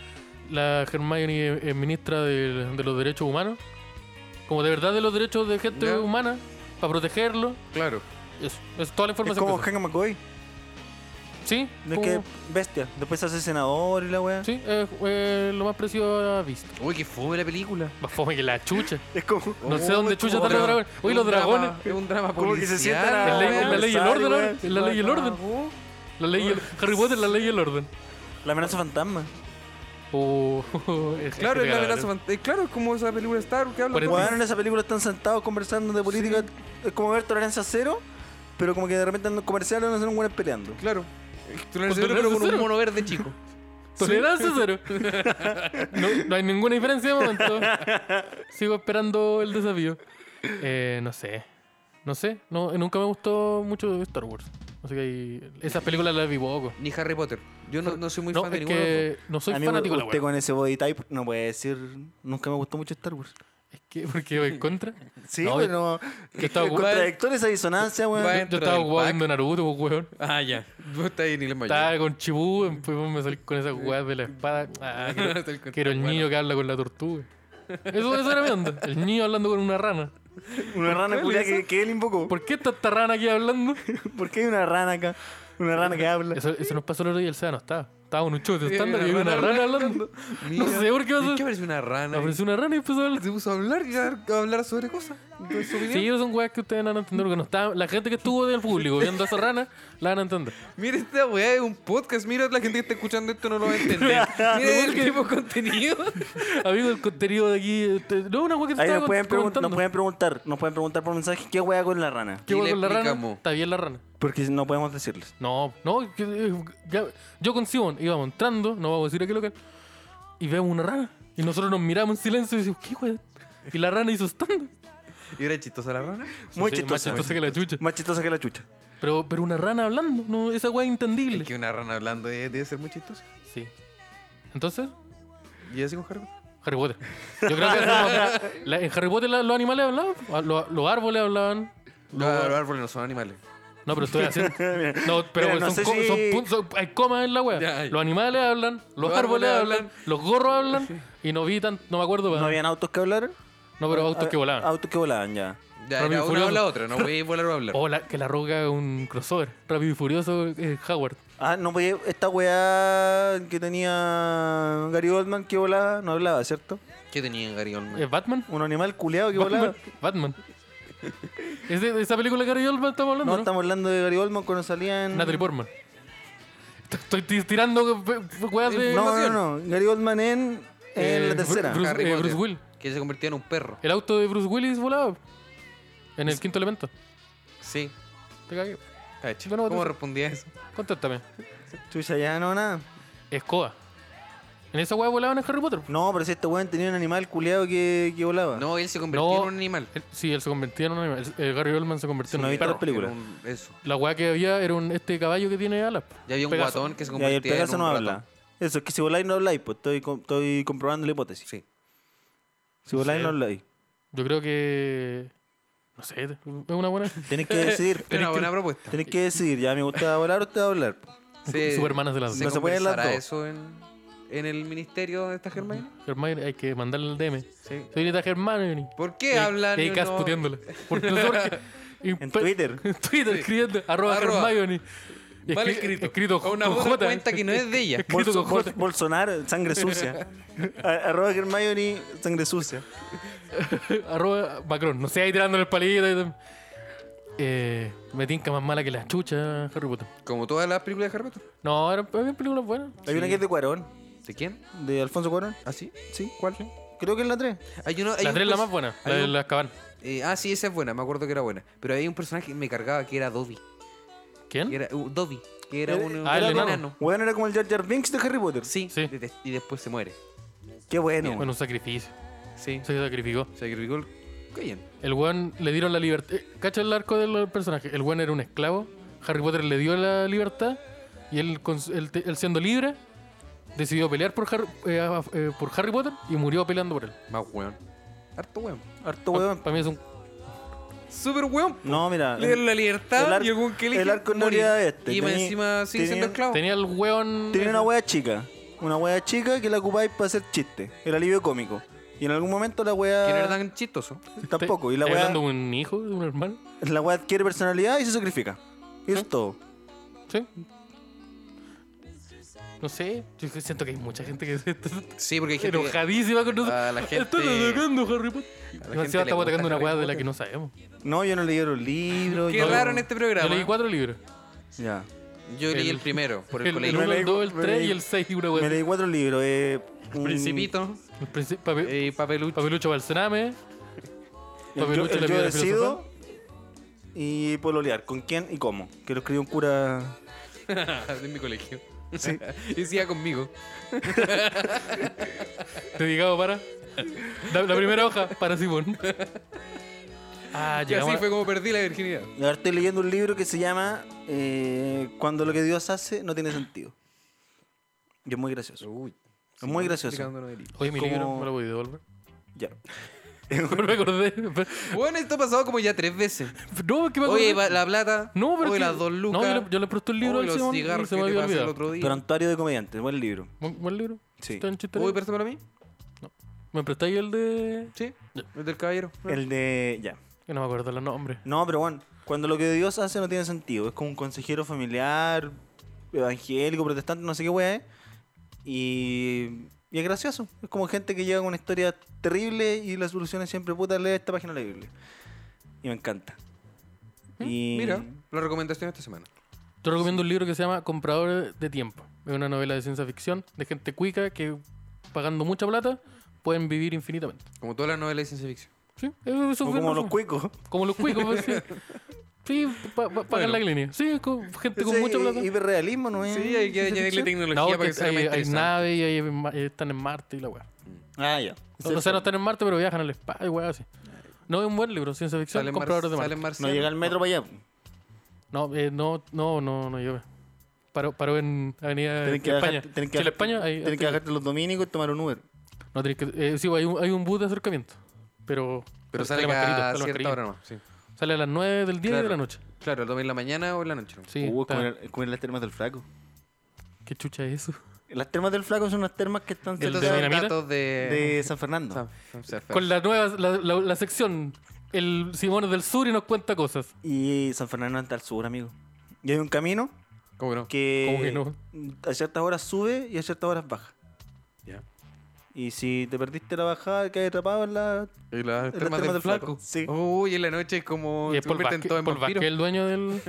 la Hermione es, es ministra de, de los derechos humanos, como de verdad de los derechos de gente
Ya.
humana, para protegerlo.
Claro.
Eso, es toda la
Es
información.
como
que sé.
Hank McCoy.
sí,
No es
como-
que bestia. Después se hace senador y la weá.
sí, es eh, lo más preciado a visto.
Uy, qué fome la película.
Más fome que la chucha.
Oh, Es como.
No sé dónde chucha están
Pero-
los dragones. Uy,
es
los
un drama-
dragones.
Es un drama
Como que se
policial,
sientan a-
Es
la
ley-
weá.
la ley y el
Sale,
orden, ahora.
weón.
Es la ley y el orden. La ley y el- Harry Potter, la ley y el orden.
La amenaza fantasma.
Oh, es-
Claro,
es
es la amenaza
regalador.
fant- eh, Claro, es como esa película Star Wars que habla.
Cuarenta-
todo.
Weón, en esa película están sentados conversando de política. Es como ver tolerancia cero, pero como que de repente en los comerciales no son buenos peleando.
Claro. Tolerancia
Con
cero, pero con un
tolerancia
mono verde chico.
Tolerancia cero. no, no hay ninguna diferencia de momento. Sigo esperando el desafío. Eh, no sé. No sé. No, nunca me gustó mucho Star Wars. Así que ahí- esas películas las vi poco.
Ni Harry Potter. Yo no, no soy muy
No,
fan de
es
ninguno. de los
que no soy
A mí
fanático de la
usted
wea.
con ese body type no puede decir. Nunca me gustó mucho Star Wars.
Es que porque voy en contra.
Sí,
No,
pero.
que estaba ocupado.
Contradictor esa disonancia, weón.
Va
Yo, yo
dentro
estaba
del
jugando
pack.
viendo Naruto, pues, weón.
dos. Ah, ya. Vos estás ahí ni le mayor.
Estaba con Chibu, después vos me salí con esas weas de la espada. Ah,
Está
que,
el contra-
que era el
bueno.
niño que habla con la tortuga. Eso, eso era mi onda. El niño hablando con una rana.
Una rana
¿Qué
culia
le
que, que él invocó. ¿Por,
¿Por qué está esta rana aquí hablando?
qué hay una rana acá? Una rana que habla.
Eso, eso nos pasó el otro día, el sábado no estaba. Estaba en un show de
Sí,
estándar y había una rana hablando. No sé por qué pasó.
¿Qué apareció una rana?
Apareció una rana y empezó a hablar.
Se puso a hablar y a a hablar sobre cosas. de su opinión.
Sí, ellos son weas que ustedes no van a entender porque no estaba. La gente que estuvo del público viendo a esa rana, la van a entender.
Mira, esta weá es un podcast. Mira, la gente que está escuchando esto no lo va a entender. Mira el tipo de contenido.
Amigo, el contenido de aquí. este, No, una wea que te
Ahí
estaba
nos pueden,
cont-
pregun-
comentando.
nos pueden preguntar, nos pueden preguntar por mensaje qué hueá con la rana.
¿Qué
Y
wea
le
con la rana?
explicamos.
Está bien la rana.
Porque no podemos decirles.
No, no. que, eh, ya- yo con Simon íbamos entrando, no vamos a decir a qué local, y vemos una rana. Y nosotros nos miramos en silencio y decimos, ¿qué wea? Y la rana hizo stand.
¿Y era chistosa la rana?
Muy
Sí, Más
chistosa.
chistosa que la chucha.
Más chistosa que la chucha.
Pero, pero una rana hablando, no, esa wea es
Es
entendible.
que una rana hablando eh, debe ser muy chistosa.
Sí. Entonces,
¿Y así con Harry? Potter?
Harry Potter. Yo creo que eso no- la- en Harry Potter la- los animales hablaban, a- lo- los árboles hablaban.
No, los árboles no son animales.
No, pero estoy haciendo. No, pero
Mira, no
son,
sé
co-
si-
son pun- son- hay comas en la wea.
Ya, ya.
Los animales hablan, los, árboles, hablan, los gorros hablan. Y no vi tan, no me acuerdo.
¿No Ah,
No,
habían autos que hablaran?
pero autos que volaban.
Autos que volaban, ya.
Ya,
Rápido y
ya una
Furioso. Oh.
o la otra. No voy a volar o
ah,
hablar.
O la- que la roca haga un crossover. Rápido y furioso, eh, Howard.
Ah, no podía. Esta weá que tenía Gary Oldman que volaba, no hablaba, ¿cierto?
¿Qué tenía en Gary Oldman?
¿Es Batman?
Un animal culeado que
Batman.
volaba.
Batman. ¿Es de, de esa película que Gary Oldman estamos hablando?
No,
¿no?
estamos hablando de Gary Oldman cuando salía en.
Natalie Portman. Estoy estoy tirando we- we- weas de.
No, no, no. Gary Oldman en. En
Eh,
la tercera.
Bru- Bruce,
Harry
eh,
Potter,
Bruce Will.
Que se convertía en un perro.
El auto de Bruce Willis volaba. En el quinto elemento.
Sí.
Te cagué.
Cacho.
Bueno, Ah.
¿Cómo
tú-
respondía eso?
Contéstame.
Chucha, ya no, nada.
Escoba. En esa hueá volaban en Harry Potter.
No, pero si este weón tenía un animal culeado que, que volaba.
No, él se convirtió en un animal.
Él- sí, él se convertía en un animal. El- el Gary Oldman se convirtió
Si no
en un
he visto
perro.
las películas.
Era un- eso.
La hueá que había era un, este caballo que tiene alas.
Ya había un
Pegaso.
guatón que se
Ya, y
convirtió
el Pegaso
en
no
un
habla.
ratón.
Eso, es que si voláis no habláis, pues estoy, com- estoy comprobando la hipótesis.
Sí.
Si voláis no habláis.
Yo creo que. No sé, es una buena.
Tenéis que decidir.
Era una
Tenéis
buena
que,
propuesta.
tenéis que decidir, ya me gusta volar o te va a hablar.
Se-
Supermanas de las
¿Se
dos. No se pueden las
conversará
dos.
eso en, en el ministerio de esta Germaine?
Hermione, hay que mandarle el DM.
Sí.
Soy Nita Hermione.
¿Por qué hablan?
Y ahí
no?
Cas puteándola. Porque no sé por qué. Y
En
pe-
Twitter.
En Twitter, escribiendo. Arroba,
Arroba.
Hermione. Y
Mal
escri-
escrito.
Escrito
A una
con
puta
J. eh.
cuenta que no es de ella.
Escrito
Bolso-
con J.
Bol- Bolsonaro, sangre sucia. A- Arroba Hermione, sangre sucia.
Arroba Macron, no sé, ahí tirándole el palito. y todo. Eh, me tinca más mala que la chucha, Harry Potter.
Como todas las películas de Harry Potter.
No, eran eran películas buenas.
Hay una que es de Cuarón,
¿De quién?
de Alfonso Cuarón.
¿Ah, sí?
Sí,
¿Cuál?
creo que es la 3.
Hay uno, hay
La
un
3 es la
pers-
más buena, la
hay
de
un-
las cabanas.
eh, ah, sí, esa es buena, me acuerdo que era buena. Pero hay un personaje que me cargaba que era Dobby. Que
¿Quién?
era, uh, Dobby, que era
Eh,
un,
ah,
era
el
un
enano.
Weón era como el Jar Jar Binks de Harry Potter.
Sí,
Sí.
y de- y después se muere.
Qué bueno.
Bueno, un sacrificio.
Sí.
Se sacrificó.
Sacrificó el... Qué bien.
El weón le dieron la libertad. eh, Cacha el arco del personaje. El weón era un esclavo. Harry Potter le dio la libertad. Y él, con su- él te- él siendo libre, decidió pelear por Harry, eh, a- eh, por Harry Potter y murió peleando por él.
Más weón. Harto weón.
Harto
Oh.
weón.
Ah, Para mí es un.
Super weón.
No, mira.
Le dieron la libertad
el ar-
y el weón que
el
elige
arco en
morir.
realidad es este,
Y
tení-
encima sigue siendo
tenía-
esclavo.
Tenía el weón.
Tenía una wea chica. Una wea chica que la ocupáis para hacer chiste. El alivio cómico. Y en algún momento la wea.
Que no era tan chistoso.
Tampoco. Y la
¿Estás
wea,
hablando de un hijo, de un hermano?
la wea adquiere personalidad y se sacrifica. Y eso es todo.
Sí. No sé, yo que siento que hay mucha gente que está
Sí, porque hay gente que-
enojadísima con nosotros.
a la gente-
Están atacando a Harry Potter.
la
No sé,
gente le
estamos
gusta
atacando una
Harry
weá de la
Potter.
que no sabemos.
No, yo no leí los libros.
Qué
yo-
raro en este programa.
Yo leí cuatro libros.
Ya.
Yo leí
El-
el primero, por el,
El,
colegio.
1,
Me
el
leí-
2, el
me
3
leí-
y el 6 y una
Me
weá.
leí cuatro libros. Eh, un-
Principito
El princi- pape-
y Papelucho.
Papelucho Balsename.
El yo,
Papelucho
el
la
yo
piedra
decido. Y pololear. ¿Con quién y cómo? Que lo escribió un cura.
de mi colegio. y siga conmigo.
Dedicado para. La, la primera hoja, para Simón. Ah,
Y así
llegamos.
fue como perdí la virginidad.
Y Ahora estoy leyendo un libro que se llama eh, Cuando lo que Dios hace no tiene sentido. Y es muy gracioso.
Uy.
Es muy gracioso.
a- Oye, mi
como-
libro, me lo voy a devolver.
Ya.
No me acordé.
Bueno, esto ha pasado como ya tres veces.
No, es que me acordé.
Oye, va- la plata.
No, pero
Oye,
que-
las dos lucas.
No, yo le, yo le presté el libro
Oye,
al
los
Simón y
cigarros
se
que
me
te
había
pasé el
olvidado.
otro día.
Prontuario de comediantes, buen libro.
¿Buen, buen libro?
Sí.
Está en chiste.
Uy, ¿pero para mí?
¿Me prestáis el de...?
Sí. El del caballero.
El de. Ya.
Que no me acuerdo los nombres.
No, pero bueno, cuando lo que Dios hace no tiene sentido. Es como un consejero familiar, evangélico, protestante, no sé qué weá es. Y, y es gracioso. Es como gente que llega con una historia terrible y la solución es siempre puta, lee esta página de la Biblia. Y me encanta. Y
¿Mm? Mira, la recomendación esta semana.
Yo recomiendo un libro que se llama Compradores de Tiempo. Es una novela de ciencia ficción de gente cuica que pagando mucha plata pueden vivir infinitamente.
Como todas las novelas de ciencia ficción.
Sí, eso es
o
bien
como los
resumen.
cuicos.
Como los cuicos. pues, sí, sí pa- pa- pagan la clínica. Sí, es como gente con
Ese
mucha plata.
Hiperrealismo, ¿no es?
Sí, hay que añadirle
No,
tecnología para
porque
que sea más
hay, hay
interesante.
naves y hay en Ma- eh, están en Marte y la weá.
Ah,
O
ya.
sea, no
pues.
están en Marte, pero viajan al espacio y weá así. No es un buen libro, ciencia ficción,
Salen mar-
compradores de Marte.
salen
No
marcianos.
llega el metro para allá.
No, eh, no, no, no, no llueve. Paró, paró en Avenida
Tienen que,
España.
bajarte- tienen que
Chile,
bajarte-
España, ahí-
tienen que bajarte los dominicos y tomar un Uber.
No, tenés que, eh, sí, hay un, hay un bus de acercamiento. Pero,
Pero sale
mascarita,
cada
sale
cierta
mascarilla.
hora nomás. Sí.
Sale a las 9 del día y de
Claro.
la noche.
Claro, lo en la mañana o en la noche. ¿no?
Sí,
Uh, es
está-
como en- es como en las termas del flaco.
¿Qué chucha es eso?
Las termas del flaco son unas termas que están
Estos
de
son
dinamita?
datos de... Ah,
de San Fernando.
San- San- San-
Con la nueva, la, la- la sección, el Simón es del Sur y nos cuenta cosas.
Y San Fernando está al sur, amigo. Y hay un camino
¿Cómo no?
que,
¿Cómo
a ciertas horas sube y a ciertas horas baja.
Ya.
Y si te perdiste la bajada, caes atrapado en la...
Y las
las
termas del flaco.
Sí.
Uy, en la noche es como...
Y es
se
Paul
convierten
Vázquez,
todos en
Paul
vampiros.
Vázquez, el dueño del...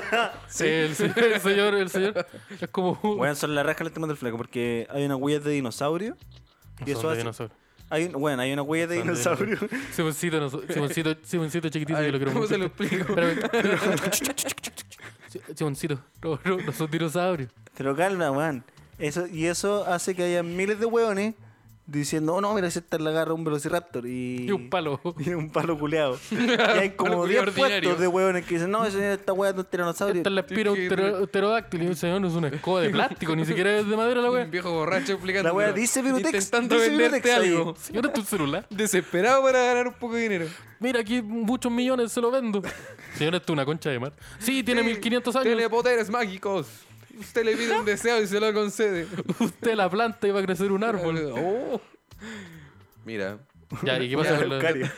el, se- el señor, el señor. Es como...
Bueno, son la raja las termas del flaco porque hay unas huellas de dinosaurio.
No son
y
de
eso hace-
dinosaurio.
Hay un, bueno, hay una huella de dinosaurio.
Simoncito, no- Simoncito, Simoncito chiquitito,
A
yo
ver,
lo quiero
¿cómo
mucho.
se lo explico?
Espérame. Simoncito, no, no, no son dinosaurios.
Pero calma, weón. Eso, y eso hace que haya miles de weones diciendo, oh no, mira, si esta la agarra un velociraptor. Y,
Y un palo.
Y un palo culeado. y hay
Palo
como
culeado
10
ordinario.
puestos de weones que dicen, no, señor, esta weá es de un tiranosaurio.
Esta es la espira un
que-
ptero- pterodáctilo. Y el señor no es una escoba de plástico, ni siquiera es de madera la
Un
wea.
viejo borracho explicando.
La wea dice Virutex,
Intentando
dice
venderte
Virutex ahí.
algo.
Señora, tu celular.
Desesperado para ganar un poco de dinero.
Mira, aquí muchos millones se lo vendo. Señora, esto es una concha de mar. Sí, tiene
Sí,
1500 años.
Tiene poderes mágicos. Usted le pide un deseo y se lo concede.
Usted la planta y va a crecer un árbol.
Oh. Mira.
Ya, ¿y qué pasa
Ya,
con la-
Eucaria.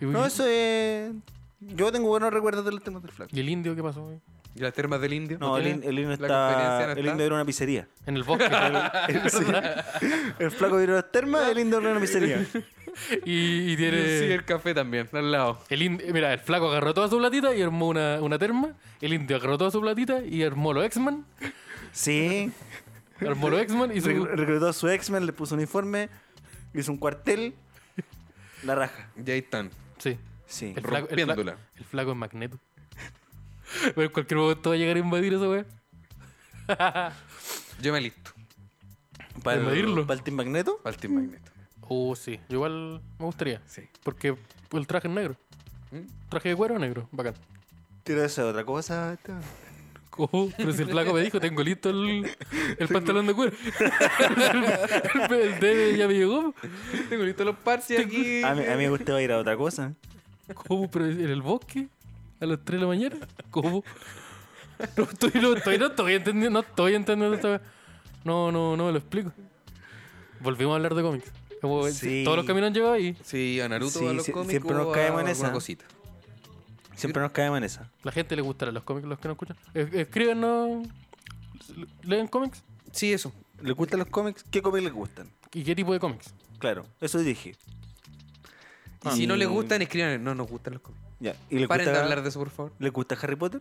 y-
No, eso es... Yo tengo buenos recuerdos de los temas del flaco.
¿Y el indio qué pasó? güey?
¿Y las termas del indio?
No, el, in- el indio
La conferencia
está...
no
El
está.
indio era una pizzería.
En el bosque.
El, sí. El flaco vino a las termas, el indio era una pizzería.
y, y
Sí,
tiene.
el café también, al lado.
El indio, mira, el flaco agarró toda su platita y armó una, una terma. El indio agarró toda su platita y armó los X-Men.
Sí.
Armó los X-Men y
Re-
su.
reclutó a su X-Men, le puso uniforme, hizo un cuartel, la raja.
Y ahí están.
Sí.
Sí.
El flaco, el, flaco,
Rompiéndola.
el flaco es magneto. Pero en cualquier momento va a llegar a invadir esa weá.
Yo me listo.
Para invadirlo.
¿Para el Team Magneto?
Al Team Magneto.
Oh, sí. Yo igual me gustaría.
Sí.
Porque el traje es negro. Traje de cuero negro. Bacán.
Tira esa otra cosa. esta.
Oh, pero si el flaco me dijo, tengo listo el, el pantalón de cuero. el, el de- ya me llegó.
Tengo listo los parches aquí.
A mí, a mí me gustaba ir a otra cosa.
¿Cómo? ¿Pero en el bosque? ¿A las 3 de la mañana? ¿Cómo? No estoy, no estoy, no estoy entendiendo, no estoy entendiendo esta wea. No, no, no me lo explico. Volvimos a hablar de cómics. Como-
Sí.
Todos los caminos han llegado ahí.
Sí, a Naruto,
Sí,
a los
sí,
cómicos,
siempre nos
a
caemos en
alguna
esa.
cosita.
Siempre nos caemos en esa.
La gente le gustará los cómics, los que no escuchan. Es- Escríbanos. ¿Leen cómics?
Sí, eso.
¿Les gustan los cómics? ¿Qué cómics les gustan?
¿Y qué tipo de cómics?
Claro, eso dije.
Y si no
Y-
les gustan, escriban. No nos gustan los cómics.
Ya. ¿Y les
Paren
gusta,
de hablar de eso, por favor.
¿Les gusta Harry Potter?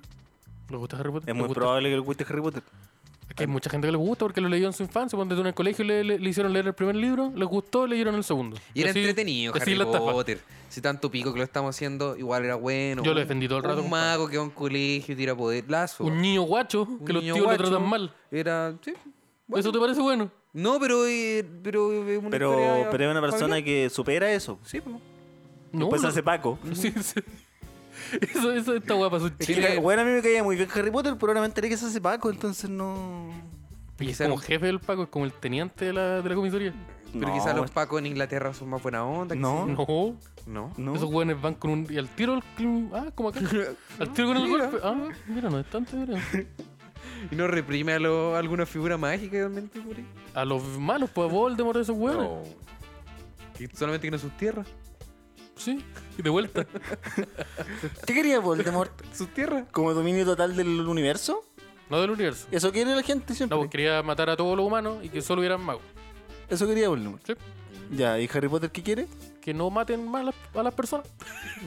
¿Les gusta Harry Potter? ¿Les
Es muy
gusta?
probable que les guste Harry Potter.
Es que hay mucha gente que les gusta porque lo leyó en su infancia. Cuando tú en el colegio le, le- le hicieron leer el primer libro, les gustó, leyeron el segundo.
Y era
Así-
entretenido
así
Harry
la estafa.
Potter. Si tanto pico que lo estamos haciendo, igual era bueno.
Yo lo
Un-
defendí todo el rato,
Un
compadre.
mago que va a un colegio y tira poder. Lazo.
Un niño guacho que
Un
los
niño
tíos
guacho.
lo tratan mal.
Era. Sí.
¿Eso te parece bueno?
No, pero. eh, pero, eh, una
Pero,
historia
pero es una persona
familiar.
que supera eso.
Sí, po.
No,
Pues
no.
hace Paco.
Sí, sí. Eso, eso, esta weá pasó en
Es que,
Chile.
bueno, a mí me caía muy bien Harry Potter, pero ahora me enteré que se hace Paco, entonces no...
Y es
Quizá
como
no-
jefe del Paco, es como el teniente de la, de la comisaría.
Pero
No,
quizás los pacos en Inglaterra son más buena onda. qué
No.
sé yo.
No,
No.
No.
esos weones van con un. Y al tiro. al- Ah, como acá. Al tiro con el golpe. Ah, mira, no es tanto, mira.
Y no reprime a, lo- a alguna figura mágica realmente por ahí.
A los malos, pues a Voldemort, a esos weones.
Y solamente que no sus tierras.
Sí, y de vuelta.
¿Qué quería Voldemort?
Sus tierras.
¿Como dominio total del universo?
No del universo.
Eso quiere la gente siempre.
No, pues quería matar a todos los humanos y que solo hubieran magos.
Eso quería Voldemort.
Sí.
Ya, ¿y Harry Potter qué quiere?
Que no maten más a las, a las personas.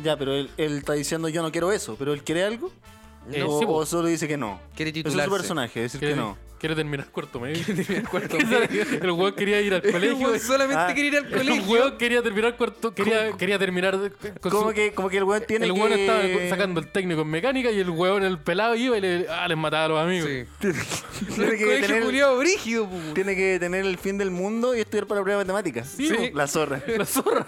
Ya, pero él, él está diciendo yo no quiero eso, pero él quiere algo.
Eh,
o,
sí, po.
o solo dice que no.
Quiere
Eso es
titularse.
su personaje, decir que
Quiere,
no.
quiere terminar cuarto medio.
El cuarto
el weón quería ir al colegio.
solamente
Ah.
quería ir al
El
colegio.
weón quería terminar cuarto. Quería, quería terminar de- con
Como
su-
que, como que el weón tiene
El
que...
weón estaba co- sacando el técnico en mecánica y el weón, el pelado, iba y le, ah, les mataba a los amigos.
Sí.
tiene,
El
que
colegio
tener,
culiado brígido, pu.
tiene que tener el fin del mundo y estudiar para la prueba de matemáticas.
Sí, po.
La zorra.
La zorra.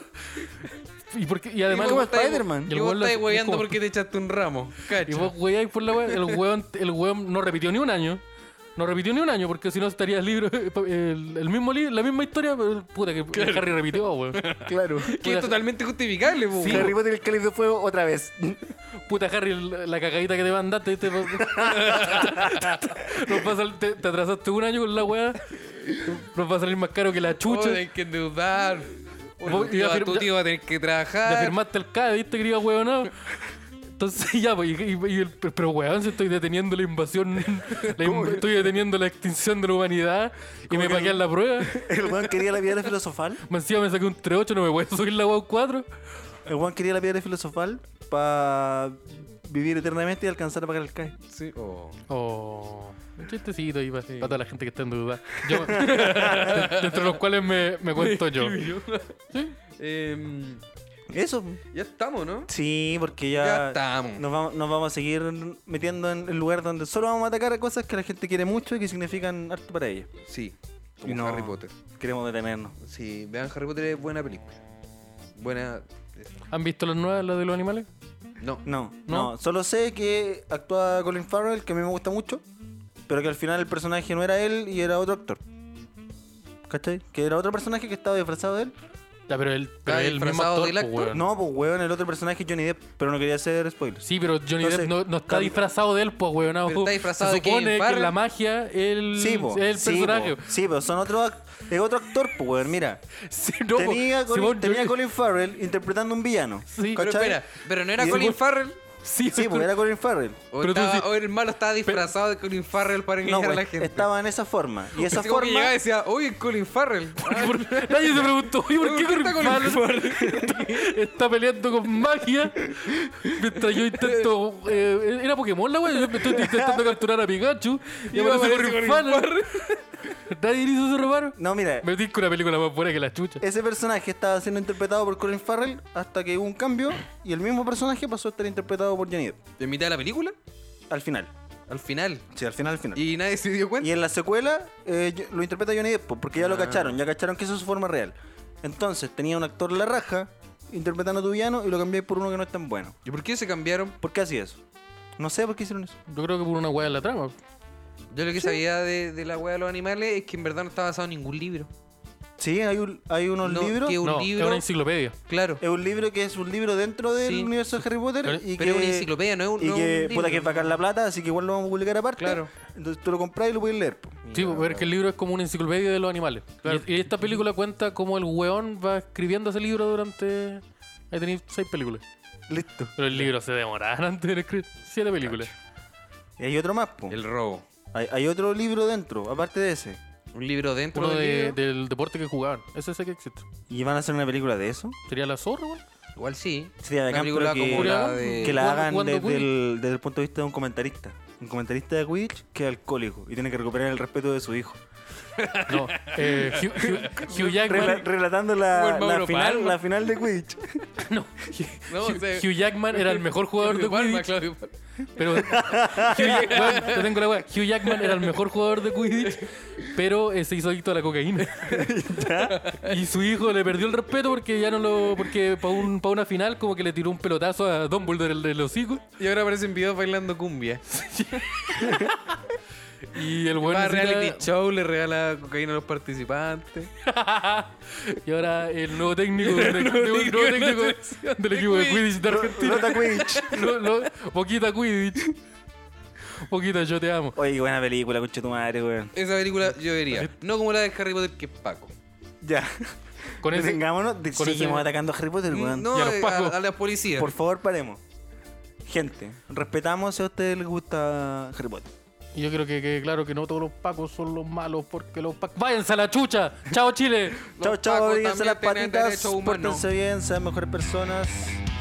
Y, porque, y
Y
además.
vos
como
estáis-
Spider-man.
Y
Y
el
vos
weón lo-
estáis hueveando
es como-
porque te echaste un ramo.
Y
Cacho.
vos weáis por la weá. El weón, el weón no repitió ni un año. No repitió ni un año porque si no estaría el libro. El, el mismo libro, la misma historia, pero el- puta que Harry repitió, weón.
Claro.
Que es totalmente justificable, pu.
Sí.
Harry Potter y el cáliz de fuego otra vez.
Puta Harry, la la cagadita que te mandaste, ¿viste? Nos va a sal- te, te atrasaste un año con la weá. Nos va a salir más caro que la
Vos
chucha.
tenés que endeudar. O
Vos-
tu tío
ya
va-
fir-
tu
ya-
tío va a tener que
Ya
trabajar.
firmaste el CAE, viste que iba no Entonces ya, pues, y- y- y el- pero weón, si estoy deteniendo la invasión, la inv- estoy deteniendo la extinción de la humanidad y me paquean la prueba.
El weón quería la piedra filosofal.
Más encima me saqué un 3-8, no me voy a subir la WOW 4.
El weón quería la piedra filosofal, para vivir eternamente y alcanzar a pagar el CAE.
Sí, o.
Oh, un chistecito ahí para, toda la gente que está en duda. Yo, dentro de los cuales me, me cuento yo.
Em,
Eso.
ya estamos, ¿no?
Sí, porque ya,
Ya estamos.
Nos, vamos, nos vamos a seguir metiendo en el lugar donde solo vamos a atacar a cosas que la gente quiere mucho y que significan harto para ella.
Sí,
Y
como
no-
Harry Potter.
Queremos detenernos.
Sí, vean, Harry Potter es buena película. Buena.
¿Han visto las nuevas, las de los animales?
No.
No,
¿No?
no, Solo sé que actúa Colin Farrell, que a mí me gusta mucho, pero que al final el personaje no era él y era otro actor. ¿Cachai? Que era otro personaje que estaba disfrazado de él.
Ya, pero el, pero
¿Está
el mismo
disfrazado
actor,
del
po,
actor?
weón.
No, pues weón, el otro personaje es Johnny Depp, pero no quería hacer spoilers.
Sí, pero Johnny
Entonces,
Depp no, no está
cambia.
disfrazado de él, pues, weón.
Pero está disfrazado
Se
de Kevin
supone que
Farrell.
la magia el,
Sí,
es
po,
Mm, el
sí,
personaje.
po, sí, pero son otro, act- es otro actor, pues weón, mira.
Sí, no, po.
tenía,
Si
Colin,
vos-
tenía
yo-
Colin Farrell interpretando un villano.
Sí.
Pero
¿cachai?
espera, pero no era
Y el
Colin
buen-
Farrell.
Sí,
Sí, pues era Colin Farrell.
O,
Pero tú
estaba-
decís-
o el malo estaba disfrazado de Colin Farrell para
No,
engañar a la
pues,
gente.
estaba en esa forma. Y esa
Así como que
forma.
llegaba y decía, oye, Colin Farrell. Ah,
Por- Nadie se preguntó, oye, ¿por
¿Por
qué
qué
Colin
está Colin
Farrell está, está peleando con magia? Mientras yo intento. eh, era Pokémon la wea, yo me estoy intentando capturar a Pikachu. Y
iba a
aparece
aparecer
Colin
Colin
Farrell. Nadie le hizo ese reparo.
No, mira,
Me disco una película más buena que la chucha.
ese personaje estaba siendo interpretado por Colin Farrell hasta que hubo un cambio y el mismo personaje pasó a estar interpretado por Johnny Depp.
¿En mitad de la película?
Al final.
Al final.
Sí, al final, al final. Y,
Y nadie se dio cuenta.
en la secuela eh, yo- lo interpreta Johnny Depp, pues, porque ya lo cacharon, ya cacharon que eso es su forma real. Entonces, tenía un actor la raja interpretando a tu villano y lo cambié por uno que no es tan bueno.
¿Y por qué se cambiaron?
¿Por qué así eso? No sé por qué hicieron eso.
Yo creo que por una wea en la trama.
Yo lo que sabía de, de la wea de los animales es que en verdad no está basado en ningún libro.
Sí, hay, un- hay unos
No,
libros.
que-
No,
un
es
libro.
una enciclopedia.
Claro.
Es un libro que es un libro dentro del
Sí.
universo de Harry Potter
Pero-
y
pero es
que
una enciclopedia, no es un-
Y
no es
que
un libro.
puta que es bacán la plata, así que igual lo vamos a publicar aparte.
Claro.
Entonces tú lo compras y lo puedes leer. po.
Sí, pero es que el libro es como una enciclopedia de los animales. Y esta película cuenta cómo el weón va escribiendo ese libro durante. Ahí tenéis seis películas.
Listo.
Pero el libro se demoraba antes de escribir siete películas.
Y hay otro más, po.
El robo.
Hay, hay otro libro dentro, aparte de ese.
Un libro dentro
Uno
del
de-
libro.
del deporte que jugaban. Ese sé que existe.
¿Y van a hacer una película de eso?
¿Sería la zorra, weón?
Igual sí.
Sería
Una
bacán,
película
pero que,
como la
Julián,
de...
que la
¿Cuándo-
hagan
cuándo
desde
Quidditch?
el, desde el punto de vista de un comentarista. Un comentarista de Quidditch que es alcohólico y tiene que recuperar el respeto de su hijo.
No. eh, Hugh, Hugh- Hugh
Rela-
Jackman.
relatando la,
Como el
la
Mauro
final,
Palma.
la final de Quidditch.
No.
No,
Hugh,
o sea-
Hugh Jackman era el mejor jugador de
Palma,
Quidditch.
Claudio Palma.
Pero. Hugh, Jack- weón, te tengo la weá. Hugh Jackman era el mejor jugador de Quidditch, pero eh, se hizo adicto a la cocaína. Y su hijo le perdió el respeto porque ya no lo. Porque para un, pa' una final, como que le tiró un pelotazo a Dumbledore el del hocico.
Y ahora aparecen videos bailando cumbia.
Y el weón.
Para
necesita-
reality show le regala cocaína a los participantes.
y ahora el nuevo técnico, de- de- nuevo técnico del equipo de Quidditch de Argentina.
Rota Quidditch.
Lo- lo- Poquita Quidditch. Poquita, yo te amo.
Oye, qué buena película, concha tu madre, weón.
Esa película yo vería. No como la de Harry Potter, que es Paco.
Ya.
Con ese,
Detengámonos, de-
con
seguimos
ese-
atacando a Harry Potter, weón.
No,
Y a los
eh, a,
Pacos.
a las policías.
Por favor, paremos. Gente, respetamos si a ustedes les gusta Harry Potter.
yo creo que, que claro que no todos los pacos son los malos porque los pacos. ¡Váyanse a la chucha! ¡Chao, Chile!
Los
Chao, chao,
pacos
abríguense
también
las
tienen
patitas,
derecho humano.
pórtense bien, sean mejores personas.